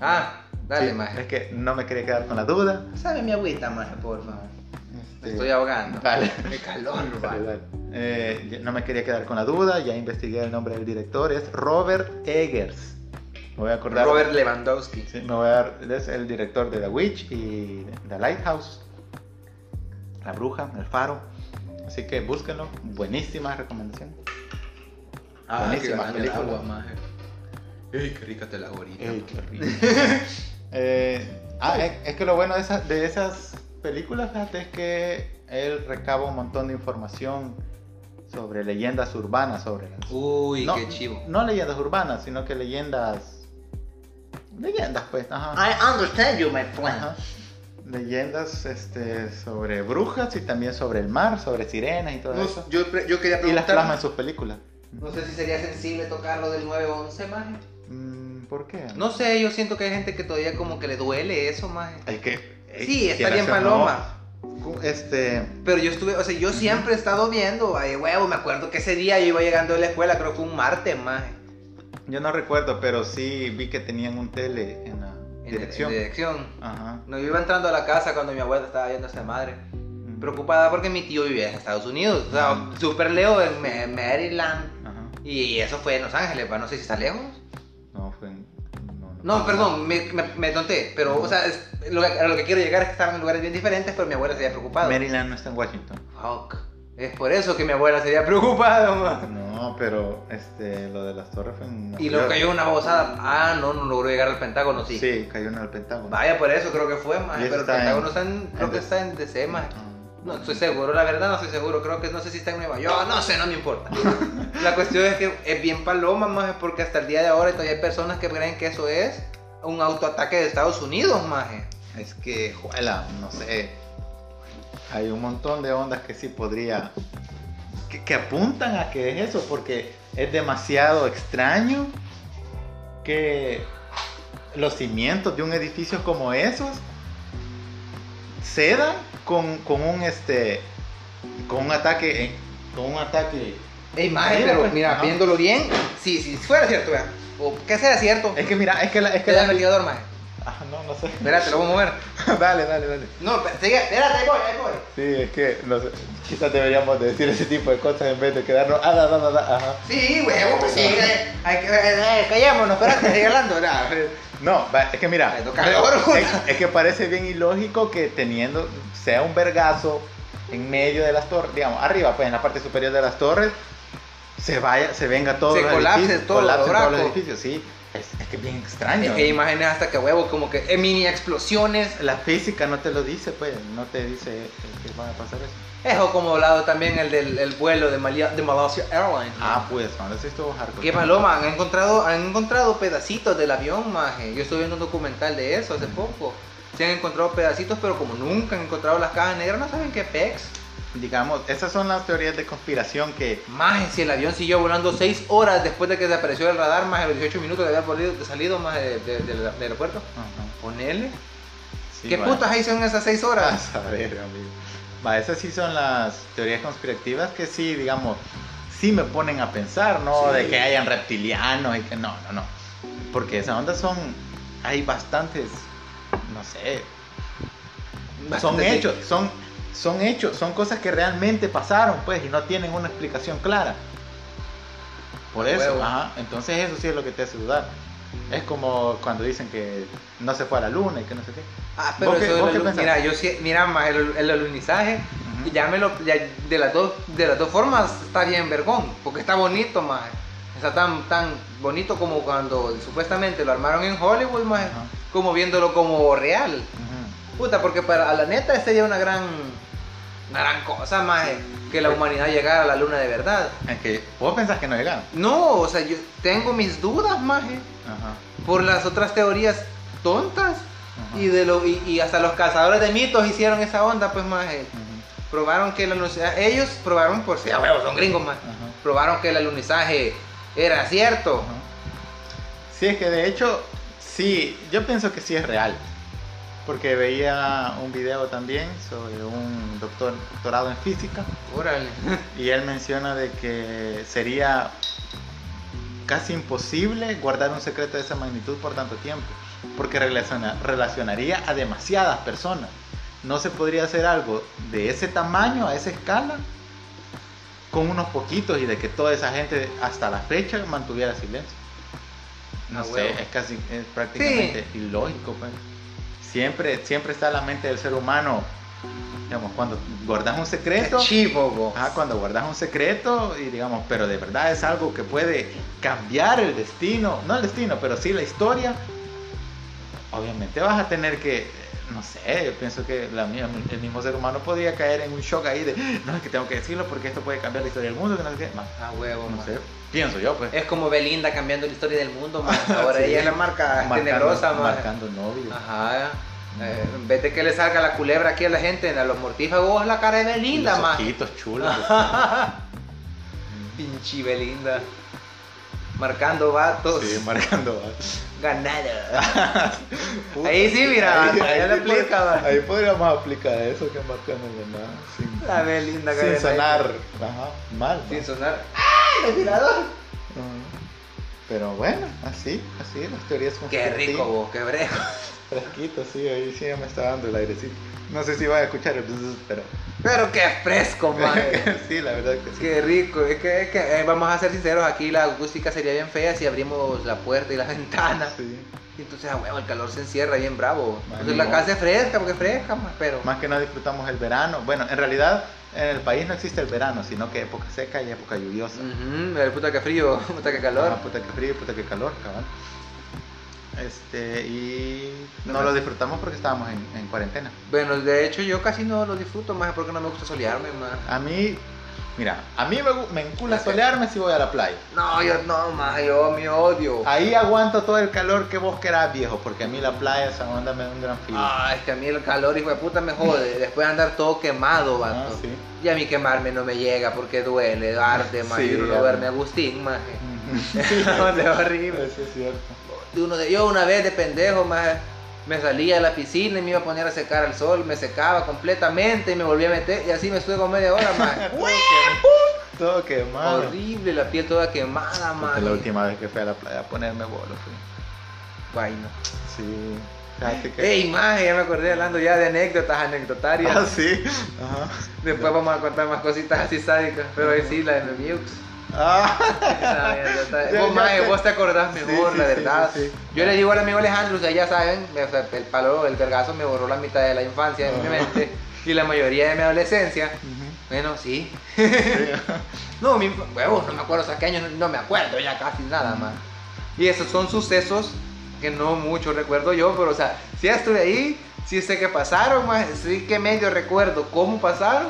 Ah, dale, sí, maje. Es que no me quería quedar con la duda. Sabe mi agüita, maje, por favor. Me Este, estoy ahogando. <laughs> Dale. Qué calor, Dale, vale. dale. Eh, ya- no me quería quedar con la duda, ya investigué el nombre del director, es Robert Eggers. Me voy a acordar. Robert Lewandowski. Sí, me voy a dar- él es el director de The Witch y The Lighthouse, La Bruja, El Faro. Así que búsquenlo, buenísimas recomendaciones. Ah, Buenísima qué bacán el película. agua, maje. Ey, qué rica te la ahorita. Ey, qué rico. Eh, ah, es, es que lo bueno de esas, de esas películas, fíjate, es que él recaba un montón de información sobre leyendas urbanas, sobre las Uh. Uy, qué chivo. No leyendas urbanas, sino que leyendas. Leyendas, pues, ajá. Ah, I understand you, my friend. Ajá. Leyendas este, sobre brujas y también sobre el mar, sobre sirenas y todo No, eso. yo, pre- yo quería Y las preguntar. plasma en sus películas. No sé si sería sensible tocarlo del 911, maje. Mm, ¿Por qué? No sé, yo siento que hay gente que todavía como que le duele eso, maje. Es que. eh, Sí, está quieras bien o no, paloma. Este. Pero yo estuve, o sea, yo siempre he estado viendo, ay, huevo, me acuerdo que ese día yo iba llegando de la escuela, creo que un martes, más. Yo no recuerdo, pero sí vi que tenían un tele en la dirección. dirección. Ajá. No, yo iba entrando a la casa cuando mi abuela estaba viendo a esa madre. Preocupada porque mi tío vivía en Estados Unidos, o sea, súper lejos, en Ma- Maryland. Ajá. Y eso fue en Los Ángeles, pa, no sé si está lejos. No, fue. en- No, No, perdón, me, me, me tonté, pero, o sea, es- lo que, a lo que quiero llegar es que estaban en lugares bien diferentes, pero mi abuela se había preocupado. Maryland no está en Washington. Fuck. Es por eso que mi abuela se había preocupado, ma. No, pero este, lo de las torres fue en. Nueva Y luego York. cayó una bozada. Ah, no, no logró llegar al Pentágono, sí. Sí, cayó en el Pentágono. Vaya, por eso creo que fue, más. Y eso Pero el está Pentágono en- está en, creo en que de- está en DC, más. Ah, No estoy seguro, la verdad no estoy seguro. Creo que no sé si está en Nueva York. No sé, no <laughs> me importa. la cuestión es que es bien paloma, más, porque hasta el día de ahora todavía hay personas que creen que eso es un autoataque de Estados Unidos, más. Es que, juela, no sé. Hay un montón de ondas que sí podría. Que, que apuntan a que es eso, porque es demasiado extraño que los cimientos de un edificio como esos cedan con, con un este. con un ataque. eh, con un ataque. Ey, maje, Mira, pero pues, mira, ajá. viéndolo bien, si sí, sí, fuera cierto, vea. O que sea cierto. Es que mira, es que la. Es Te que da el la ventilador, maje. ah, no, no sé. Espérate, lo voy a mover. <laughs> dale, dale, dale. No, espérate, sigue, espérate, ahí voy, ahí voy. Sí, es que no sé, quizás deberíamos de decir ese tipo de cosas en vez de quedarnos. Ah, da, da, da, da, ajá. Sí, huevo, pues sí. eh, hay que- eh, eh, callémonos, espérate, sigue hablando. <laughs> nah. No, va, es que mira, Ay, no, calor, puta. es, es que parece bien ilógico que teniendo, sea un vergazo en medio de las torres, digamos, arriba, pues en la parte superior de las torres, se vaya, se venga todo. Se colapse todo, colapsen todos los braco. edificios, sí. Es, es que es bien Es extraño. que imágenes hasta que huevo, como que eh, mini explosiones. La física no te lo dice, pues, no te dice eh, que van a pasar eso. Eso como hablado también el del el vuelo de, Malia- de Malaysia Airlines. Ah, pues, cuando se estuvo hardcore. Qué paloma, han encontrado, han encontrado pedacitos del avión, maje. Yo estuve viendo un documental de eso hace poco. Se han encontrado pedacitos, pero como nunca han encontrado las cajas negras, no saben qué pex. Digamos, esas son las teorías de conspiración que Maje, si el avión siguió volando 6 horas después de que desapareció el radar, más de los 18 minutos de haber volido- salido más de- de- del del aeropuerto. Ponele. Sí, ¿Qué bueno. putas ahí son esas <laughs> 6 A horas? saber, amigo. Va, esas sí son las teorías conspirativas que sí, digamos, sí me ponen a pensar, ¿no? Sí. De que hayan reptilianos y que no, no, no. Porque esa onda son, hay bastantes, no sé, <laughs> son Bastante- hechos, son, son hechos, son cosas que realmente pasaron, pues, y no tienen una explicación clara. Por A eso, huevo. ajá, entonces eso sí es lo que te hace dudar. Es como cuando dicen que no se fue a la luna y que no sé qué. Ah, pero ¿Vos qué- eso de vos la qué luz- pensás? mira, yo sí, mira, ma, el, el alunizaje, Ujú. ya me lo, ya de las dos, de las dos formas está bien vergón, porque está bonito, más, está tan, tan bonito como cuando supuestamente lo armaron en Hollywood, más, Ajá. como viéndolo como real, Ujú. puta, porque para la neta sería una gran, una gran cosa, más, eh, que la humanidad llegara a la luna de verdad. Es que vos pensás que no llegaron. No, o sea, yo tengo mis dudas, más, eh, Ajá. por las otras teorías tontas. ajá, Y, de lo, y, y hasta los cazadores de mitos hicieron esa onda, pues más. ujú, Probaron que el alunizaje. Ellos probaron, por si a huevos, son gringos más. ajá, Probaron que el alunizaje era cierto. ajá. Sí, es que de hecho, sí, yo pienso que sí es real. Porque veía un video también sobre un doctor doctorado en física <laughs> Órale. y él menciona de que sería casi imposible guardar un secreto de esa magnitud por tanto tiempo, porque relaciona- relacionaría a demasiadas personas. No se podría hacer algo de ese tamaño, a esa escala, con unos poquitos y de que toda esa gente hasta la fecha mantuviera silencio. No Ah, sé, huevo. es casi es prácticamente ilógico, pues. Siempre, siempre está la mente del ser humano. Digamos, cuando guardas un secreto, Chivo, vos. Ajá, cuando guardas un secreto y digamos, pero de verdad es algo que puede cambiar el destino, no el destino, pero sí la historia, obviamente vas a tener que, eh, no sé, yo pienso que la mía- el mismo ser humano podría caer en un shock ahí de, no, es que tengo que decirlo porque esto puede cambiar la historia del mundo, que no sé qué, no, A huevo, no maje. sé, pienso yo, pues. Es como Belinda cambiando la historia del <laughs> mundo, más. Ahora Sí. ella es la marca Marcando- tenebrosa, más. Marcando novio. Ajá. Eh, en vez de que le salga la culebra aquí a la gente, a los mortífagos, oh, la cara de Y Belinda, los más. ojitos chulos. Pinche Belinda. marcando vatos. Sí, marcando. Ganado. <laughs> Puta, Ahí sí, mira, ahí- vato, ahí ahí lo sí pod- aplica, va. Ahí podríamos aplicar eso que marcando nada. Sin, La vez linda sin cadena. sonar ajá, mal. ¿no? Sin sonar. ¡Ay, el tirador! Ajá. Pero bueno, así, así las teorías son Qué rico vos, qué brejo. Fresquito, sí, ahí sí ya me está dando el airecito. No sé si van a escuchar el bzzz, pero Pero qué fresco, man. <laughs> sí, la verdad que sí. Qué rico, es que, es que, eh, vamos a ser sinceros, aquí la acústica sería bien fea si abrimos la puerta y la <laughs> ventana. Sí. Y entonces, a huevo, el calor se encierra bien bravo. Man, Entonces la no. casa es fresca, porque es fresca, man, pero... Más que no disfrutamos el verano. Bueno, en realidad en el país no existe el verano, sino que época seca y época lluviosa. Ujú, el puta que frío, <laughs> puta que Mm, calor. Ah, puta que frío, puta que calor, cabal. Este, y no Ajá. lo disfrutamos porque estábamos en, en cuarentena. Bueno, de hecho yo casi no lo disfruto más porque no me gusta solearme más. A mí, mira, a mí me, gu- me encula Ok. solearme si voy a la playa. No, yo no, más, yo me odio. Ahí aguanto todo el calor que vos querás, viejo, porque a mí la playa, esa onda me da un gran frío. Ah, es que a mí el calor, hijo de puta, me jode. Después de andar todo quemado, vato. sí. <laughs> Y a mí quemarme no me llega porque duele, arde, más. Sí, y uno ya. no verme a Agustín, más. Eso <laughs> Donde horrible. es cierto. De uno de, yo una vez de pendejo, más, me salía a la piscina y me iba a poner a secar al sol. Me secaba completamente y me volvía a meter. Y así me estuve como media hora, más. Todo quemado. horrible, la piel toda quemada, Porque más. Ah. la última vez que fui a la playa a ponerme bolo, fui. Vaina. Sí. Fíjate que. Ey, más, ya me acordé hablando ya de anécdotas anecdotarias. <laughs> Ah, sí. Ajá. Después vamos a contar más cositas así sádicas, pero ahí sí, la de mi Mux. Ah, Esa anécdota. <laughs> Ya, Vos, ya maje, sé. Oh, vos te acordás mejor, Sí, la sí, sí, verdad. sí, sí. Yo le digo al amigo Alejandro, ustedes ya saben, me- o sea, el palo, el vergazo me borró la mitad de la infancia de mi Ah. mente y la mayoría de mi adolescencia. Ujú. Bueno, <laughs> sí. Sí. No, mi, huevos, no me acuerdo, o sea, qué año, no me acuerdo ya casi nada más. Y esos son sucesos que no mucho recuerdo yo, pero o sea, sí estuve ahí, sí sé que pasaron, más, sí que medio recuerdo cómo pasaron,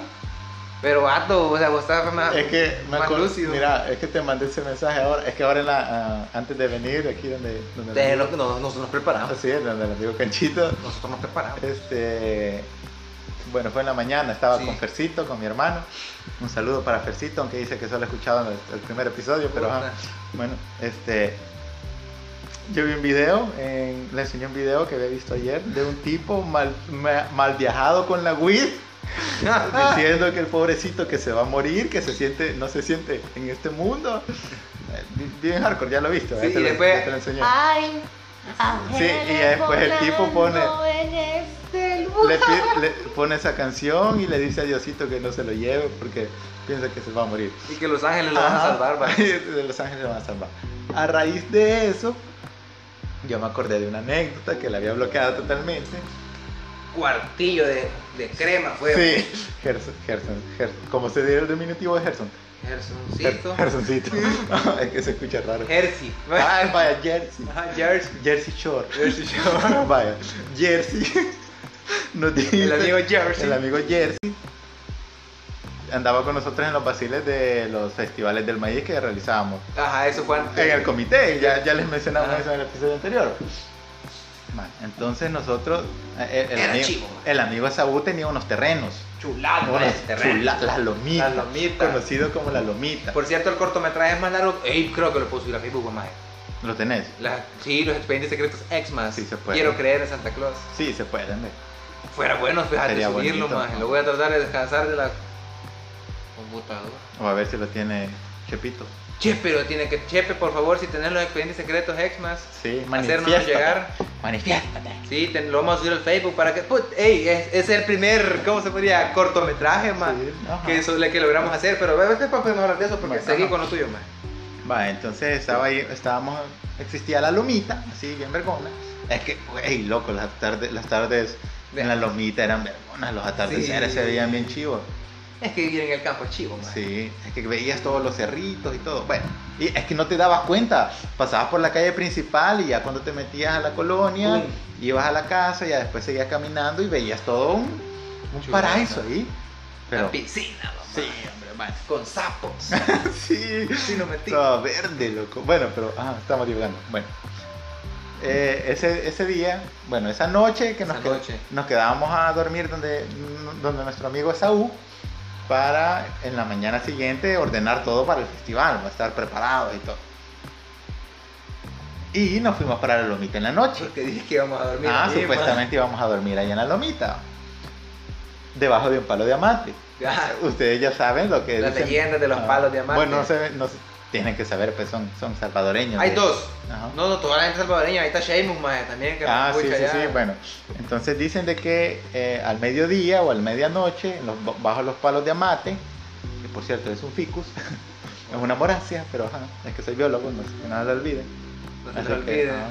pero vato, o sea, vos estabas más... Ah, Es que me más acuer- lúcido. Mira, es que te mandé ese mensaje ahora. Es que ahora en la, ah, antes de venir aquí donde. donde De lo que no- nosotros nos preparamos, Así es, donde el amigo Canchito. nosotros nos preparamos. Este, bueno, fue en la mañana, estaba Sí. con Fercito, con mi hermano. Un saludo para Fercito, aunque dice que solo ha escuchado el, el primer episodio, pero ajá. bueno, este, yo vi un video, en- le enseñé un video que había visto ayer de un tipo mal, ma- mal viajado con la weed, Ah. diciendo que el pobrecito que se va a morir, que se siente, no se siente en este mundo. Eh, Bien hardcore, ya lo viste, ¿verdad? Sí, Ah, Te y lo- después- ya te lo enseñé. Ay, Sí, y ya después el tipo pone- le, pi- le pone esa canción y le dice a Diosito que no se lo lleve porque piensa que se va a morir. <laughs> Y que Los Ángeles lo van a Ajá. <laughs> salvar, va. De Los Ángeles lo van a salvar. A raíz de eso, yo me acordé de una anécdota que la había bloqueado totalmente. Cuartillo de, de crema fue. Sí, Gerson, Gerson, Gerson. Como se diera el diminutivo de Gerson. Gersoncito. Ger- Gersoncito. <laughs> es que se escucha raro. Jersey. Ah, vaya, Jersey. Eh, <laughs> Ajá, Jersey. Jersey Shore. Jersey Shore. <laughs> vaya, Jersey. Nos dice- El amigo Jersey. El amigo Jersey andaba con nosotros en los vaciles de los festivales del maíz que realizábamos. Ajá, eso fue antes. En el comité, ya, ya les mencionamos Ajá. eso en el episodio anterior. Man, entonces nosotros, eh, el, Era amigo, chivo. el amigo Saúl tenía unos terrenos. Chulada unos de terreno. chula- las lomitas. La lomita. Conocido como la lomita. Por cierto, el cortometraje es más largo. Ey, creo que lo puedo subir a Facebook, mamá. ¿Lo tenés? La- sí, los expedientes secretos ex más. Sí, se puede. Quiero creer en Santa Claus. Sí, se puede. ¿dónde? Fuera bueno, fíjate, Sería subirlo, bonito, maje. ¿no? Lo voy a tratar de descansar de la computadora. O a ver si lo tiene Chepito. Che, pero tiene que. Chepe, por favor, si tenés los expedientes secretos ex más. Sí, Hacernos llegar. Manifiéstate. Sí, te- lo vamos a subir al Facebook para que. Put, ey, es, es el primer, ¿cómo se podría? Cortometraje, más Sí, ajá. que, eso- le- que logramos hacer. Pero a veces podemos hablar de eso porque Bueno, seguí ajá. con lo tuyo, más. Va, entonces estaba ahí, estábamos, existía la lomita, así bien vergona. Es que, güey, loco, las tardes, las tardes en la lomita eran vergonas, los atardeceres Sí. se veían bien chivos. Es que vivir en el campo es chivo, más. Sí, es que veías todos los cerritos y todo. Bueno, y es que no te dabas cuenta. Pasabas por la calle principal y ya cuando te metías a la colonia, Uy. ibas a la casa y ya después seguías caminando y veías todo un, un Chulada. paraíso ahí. Pero, la piscina, mamá. sí, hombre, man. Con sapos. <laughs> Sí. sí, no mentí. Todo verde, loco. Bueno, pero ah, estamos divagando. Bueno. Eh, ese, ese día, bueno, esa noche que nos, Esa qued- noche. nos quedábamos a dormir donde, donde nuestro amigo Esaú para en la mañana siguiente ordenar todo para el festival, va a estar preparados y todo. Y nos fuimos para la lomita en la noche. Porque dije que íbamos a dormir. ah, ahí, pues. supuestamente íbamos a dormir ahí en la lomita. Debajo de un palo de diamante. man. Ah, Ustedes ya saben lo que La dicen. Ah, leyenda de los palos de diamante. Bueno, no se, no se- tienen que saber, pues son, son salvadoreños. Hay de- dos. Ajá. No, no, toda la gente salvadoreña. Ahí está Sheamus, maje, también. Que Ah, nos sí, sí, escucha sí, allá. bueno. Entonces dicen de que eh, al mediodía o al medianoche, en los, bajo los palos de amate, que por cierto es un ficus, <laughs> es una moracia, pero ajá, es que soy biólogo, no sé, que nada se olvide. No se Así te que, olvide. ajá.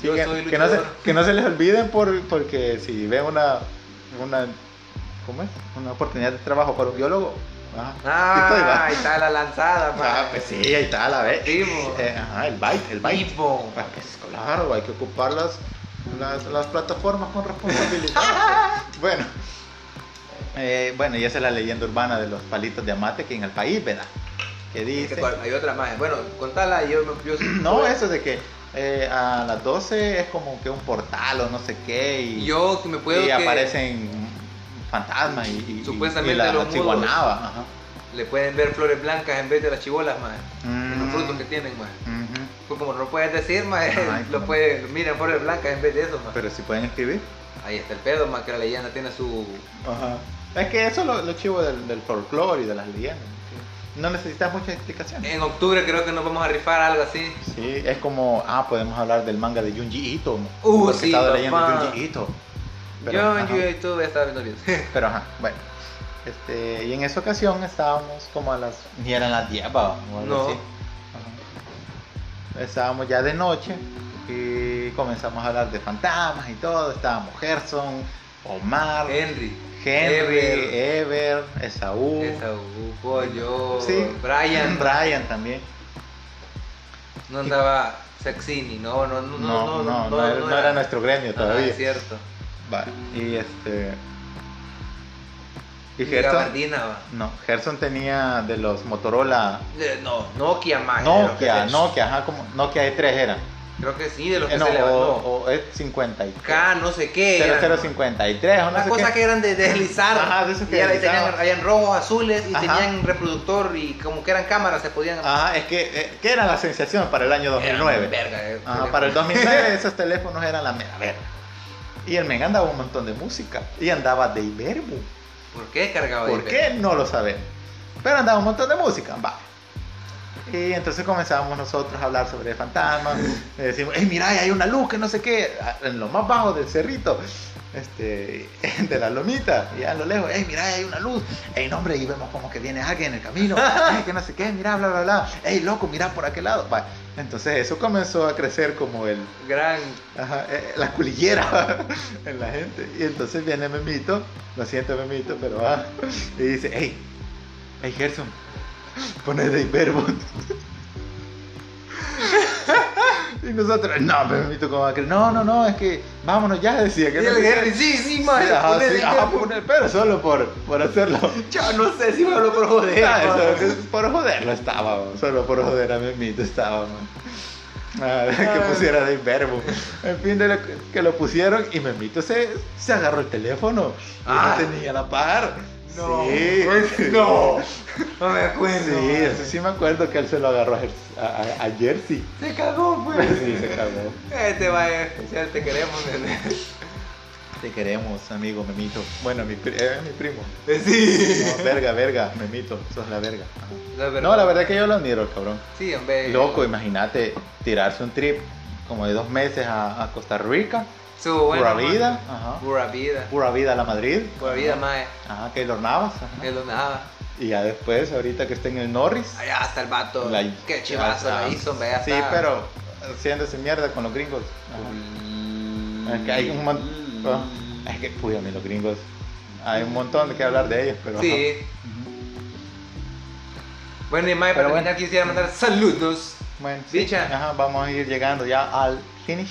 Sí, Yo que, soy que no se, luchador. que no se les olviden por, porque si ven una, una, ¿cómo es? Una oportunidad de trabajo para un biólogo, ajá, aquí estoy, Ah, va. ahí está la lanzada, Ah, maje. pues sí, ahí está la vez. Sí, bo. Eh, ajá, el byte, el byte. Vivo. Ah, pues, claro, hay que ocupar las, las, las plataformas con <laughs> responsabilidad. bueno, eh, bueno, y esa es la leyenda urbana de los palitos de amate que en el país, ¿verdad? Que Es dice. que cual- Hay otra más. Bueno, contala y yo, yo <clears throat> No, eso de que eh, a las 12 es como que un portal o no sé qué, y, Yo que me puedo. y que aparecen fantasmas y, y, Supuestamente y la los mudos. chihuanaba, ajá. Le pueden ver flores blancas en vez de las chibolas, más. Mm. Los frutos que tienen, más. Ujú. Pues como no lo puedes decir, más. Ay, <laughs> lo cómo. pueden. Miren flores blancas en vez de eso, más. Pero si pueden escribir. Ahí está el pedo, más que la leyenda tiene su. Ajá. Es que eso es lo, lo chivo del, del folclore y de las leyendas. que No necesitas muchas explicaciones. En octubre creo que nos vamos a rifar algo así. Sí, es como, ah, podemos hablar del manga de Junji Ito. Uh, porque sí, estaba leyendo papá. Junji Ito. Pero, yo en ajá, YouTube ya estaba viendo <laughs> videos. pero ajá, bueno. Este, y en esa ocasión estábamos como a las, ni eran las 10, va, o algo No. así. Ajá. Estábamos ya de noche y comenzamos a hablar de fantasmas y todo. Estábamos Gerson, Omar, Henry. Henry, Eh, eh. Ever. Ever, Esaú. Esa Hugo, yo. Sí. <laughs> Brian. Brian también. No andaba Saxini. No, no, no, No, no, no, era, no era nuestro gremio Ah, todavía. es cierto. Vale. Y este. Y Y Gerson. gabardina, va. No, Gerson tenía de los Motorola. Eh, No, Nokia más. Nokia, creo que- Nokia, ajá, como Nokia E3 era. Creo que sí, de los que Eh, no, se levantó. o, o E50 y K, no sé qué. eran, ¿no? 0053 o no Una sé cosa qué. que eran de deslizar. Ajá, de esos que y ahí deslizaban. tenían, habían rojos, azules y Ajá. tenían reproductor y como que eran cámaras, se podían. Ajá, es que, eh, que era la sensación para el año Eran 2009. verga, eh, Ajá, teléfono. para el 2009 <laughs> esos teléfonos eran la mera verga. Y el men andaba un montón de música. Y andaba de Iberbo. ¿Por qué cargaba ¿Por ahí, qué? No lo sabemos. Pero andaba un montón de música, va. Y entonces comenzamos nosotros a hablar sobre fantasmas. Le decimos, hey, mira, ahí hay una luz que no sé qué, en lo más bajo del cerrito, este, <laughs> de la lomita, y a lo lejos, hey, mira, ahí hay una luz. Hey, no, hombre, y vemos como que viene alguien en el camino, "Ey, que no sé qué, mira, bla, bla, bla. Hey, loco, mira por aquel lado. Va. Entonces eso comenzó a crecer como el, Gran. Ajá, eh, la culillera <laughs> en la gente. Y entonces viene Memito, lo siento Memito, pero va. y dice, hey, hey Gerson, pone de verbo. <laughs> y nosotros, no, Memito, ¿cómo va a creer? No, no, no, es que vámonos ya, decía que Y no el sé qué. Henry, sí, sí, Sí, madre. ajá, ponele sí, el ajá, Henry. pone- pero solo por, por hacerlo. Yo no sé si me hablo por joder. Ah, eso, madre. que es por joderlo estaba, man. solo por joder a Memito estaba, man. Ah, <laughs> que pusiera de verbo. En fin, de lo que- que lo pusieron y Memito se, se agarró el teléfono. Y Ah. lo tenía a la par. No. Sí. <laughs> No. No me acuerdo. Sí, madre. eso sí me acuerdo que él se lo agarró a, Jer- a, a- a Jersey. Se cagó, pues. <laughs> Sí, se cagó. Este va a especial, te queremos, nene. Te queremos, amigo Memito. Bueno, mi, pri- eh, mi <laughs> primo. Sí. No, verga, verga, Memito, sos la verga. Ajá. La verdad. No, la verdad que yo lo admiro, el cabrón. Sí, hombre. Loco, imagínate tirarse un trip como de dos meses a, a Costa Rica, Su buena pura vida, ajá. Pura vida. pura vida a la Madrid, Pura vida, Ajá. mae. Ajá, Keylor Navas, ajá. Que lo nada. y ya después, ahorita que está en el Norris, Allá hasta el vato. La- Qué chivazo ah, la hizo, hombre. ya sí, está. pero haciéndose mierda con los gringos. Ajá. Es que hay un montón, es que, uy, a mí los gringos, hay un montón de que hablar de ellos, pero. ajá. Sí. Bueno, y mae, Pero para terminar, quisiera mandar saludos. Bueno, sí, Dicha. ajá, vamos a ir llegando ya al finish.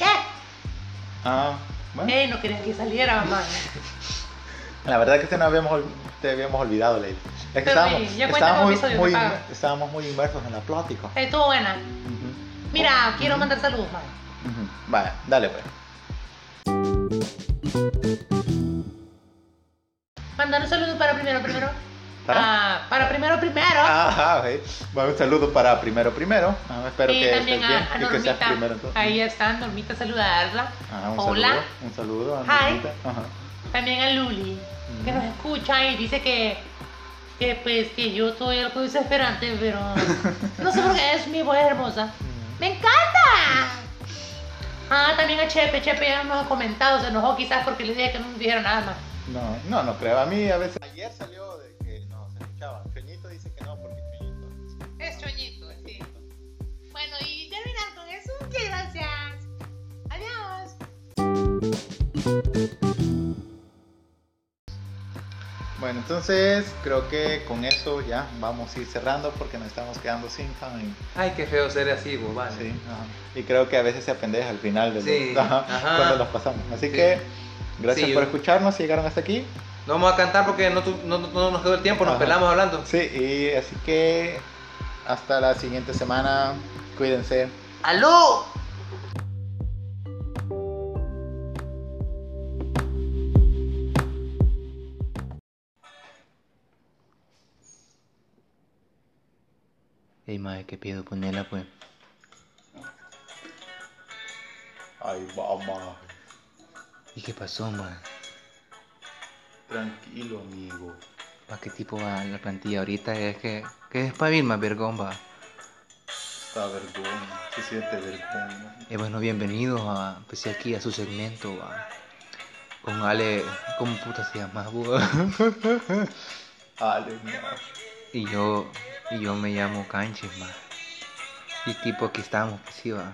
Ah, bueno. Eh, no quería que saliera, mamá. La verdad que te, no habíamos, ol- te habíamos olvidado, Leila. Es que Pero sí, estábamos, ya cuenta estábamos con muy, episodio, muy- te pago. estábamos muy inmersos en la plática. Estuvo buena. Ujú, Mira, quiero mandar saludos, mamá. ujú. Vaya, dale pues. <clears throat> Mandar un saludo para primero, primero. ¿Para? Ah, Ah, para primero, primero. ¿Ah? Ajá, ok. Bueno, un saludo para primero, primero. Ah, espero y que también estés bien a, a y que seas Normita. primero. entonces. Ahí está, Normita, saludarla. Ajá, un Hola. saludo. Un saludo a Hi. Normita. Ajá. También a Luli, que Ujú. nos escucha y dice que, que pues que yo soy algo desesperante, <laughs> pero no sé por qué es mi voz hermosa. Mm. ¡Me encanta! Ah, también a Chepe, Chepe ya nos ha comentado, se enojó quizás porque le dije que no me dijera nada más. No, no, no creo. A mí a veces. Ayer salió de que no se escuchaba. Feñito dice que no porque Feñito. Es choñito, sí. Bueno, y terminar con eso. Muchas gracias. Adiós. Bueno, entonces creo que con eso ya vamos a ir cerrando porque nos estamos quedando sin time. Ay, qué feo ser así, vos, vale. Sí, ajá. Y creo que a veces se apendeja al final de los- Ah, Sí, ajá, ajá. cuando los pasamos. Así Sí. que gracias Sí, por yo- escucharnos si llegaron hasta aquí. No vamos a cantar porque no, tu- no- no- no nos quedó el tiempo, nos Ajá. pelamos hablando. Sí, y así que hasta la siguiente semana. Cuídense. ¡Aló! Ey, madre, qué pido ponerla, pues. Ay, mamá. ¿Y qué pasó, madre? Tranquilo, amigo. ¿Para qué tipo va la plantilla ahorita? Es que. Que es para más vergón, va. Está vergüenza. Se siente vergüenza. Eh, bueno, bienvenidos a, pues sí, aquí a su segmento a- con Ale, ¿cómo puta se llama? <laughs> bú? Ale, no. y yo, y yo me llamo Canches, ma. Y tipo, aquí estamos, pues sí, va.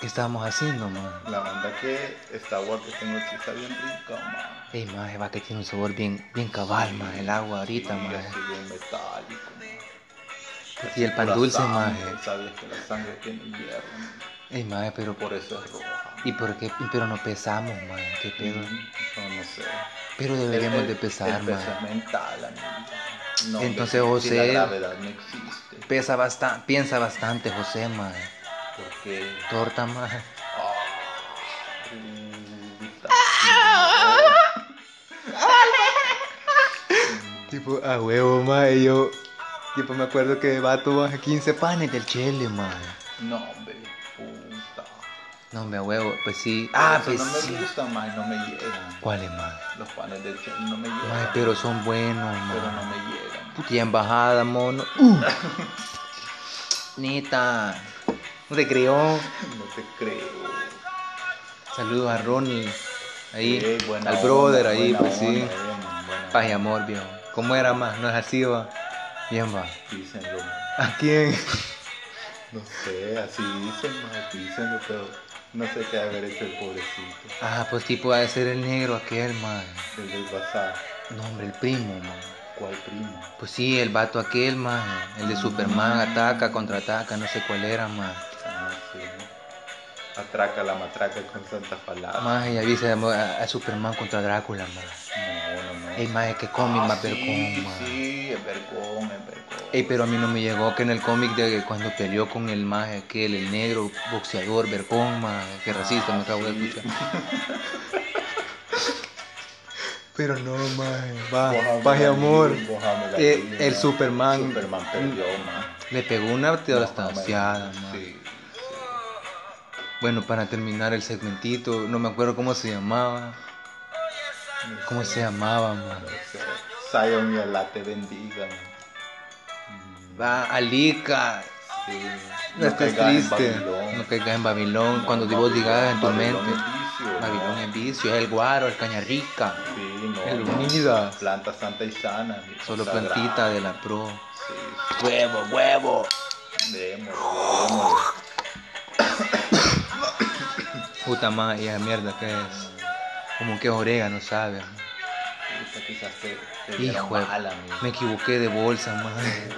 ¿Qué estábamos haciendo, ma? La banda que esta agua que tengo aquí está bien rica, ma. Ey, ma, va que tiene un sabor bien, bien cabal, ma, el agua ahorita, ma. Y así bien metálico, ma. Y el pan dulce, Pura ma. sangre, Sabes que la sangre tiene hierro, ma. Ey, ma, pero por eso es roja. ¿Y por qué? Pero no pesamos, ma, qué pedo. Mm. No, no sé. Pero Pues deberíamos El- de el- pesar, el ma. peso es mental, amigo. No, Entonces, hombre, José- si La gravedad no existe. Pesa bastante, piensa bastante, José, ma. Porque. Torta, ma. Ah, puta, sí, Tipo, a huevo, ma, y yo... Tipo, me acuerdo que vato baja 15 panes del chile, ma. No, No, hombre, puta. No, me a huevo, pues sí. Ah, Por pues eso no sí. me gusta más, no me llegan. ¿Cuáles, ma? Los panes del chel no me llegan. Ma, pero son buenos, Pero no ma. me llegan. <laughs> Puta, ya embajada, mono. Uh. <laughs> Neta. No te creo. No te creo. Saludos a Ronnie. Ahí, Ey, buena al brother, onda, ahí, buena pues sí. onda, bien, buena Paz y amor, viejo. ¿Cómo era, ma? No es así, va. Bien, va. onda. Dícenlo. ¿A quién? No sé, así dicen, ma, dícenlo, pero no sé qué ha de haber hecho el pobrecito. Ah, pues tipo, ha de ser el negro aquel, ma. El del WhatsApp, No, hombre, el primo, ma. ¿cuál primo? Pues sí, el vato aquel, man. El de Superman ataca, contraataca, no sé cuál era, man. Ah, sí. Atraca la matraca con Santa palabras. Más ya viste a, a Superman contra Drácula, man. No, no, no. Ey, más es que cómic Ah, más sí, vergón, man. Sí, es vergón, es vergón. Ey, pero a mí no me llegó que en el cómic de cuando peleó con el más aquel, el negro boxeador, vergón, man. Que racista, me acabo de Ah, sí. escuchar. <laughs> Pero no, man. Va, Bójame paz y la amor. vida, bójame la Eh, vida. el Superman. Superman perdió, man. Le pegó Bójame una la teostanciada, vida. man. Sí. Bueno, para terminar el segmentito, no me acuerdo cómo se llamaba. no ¿Cómo sé, se llamaba, man? no sé. Zion mi Alá te bendiga, man. Va, Alica. Sí. No, estés caigas en triste. Babilón. no caigas en Babilón. No, Cuando digo Babilón- digas en tu Babilón mente. es vicio, Babilón ¿no? es vicio, es el guaro, el cañarrica. Sí, no, El no. Unidas. Planta santa y sana. mi Solo sagrada. plantita de la pro. Sí, ¡Huevo, huevo! sí. Démosle, démosle. Puta madre, esa mierda que es. Como que es orégano, ¿sabes? Puta, quizás te, te dieron Hijo de... mal, amigo. Me equivoqué de bolsa, madre.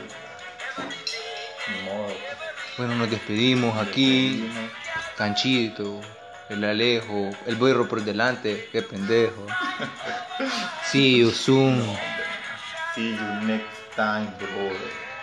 Ni modo. Bueno, nos despedimos aquí. Despedimos. Canchito, el Alejo, el burro por delante, qué pendejo. See you soon. See you next time, brother.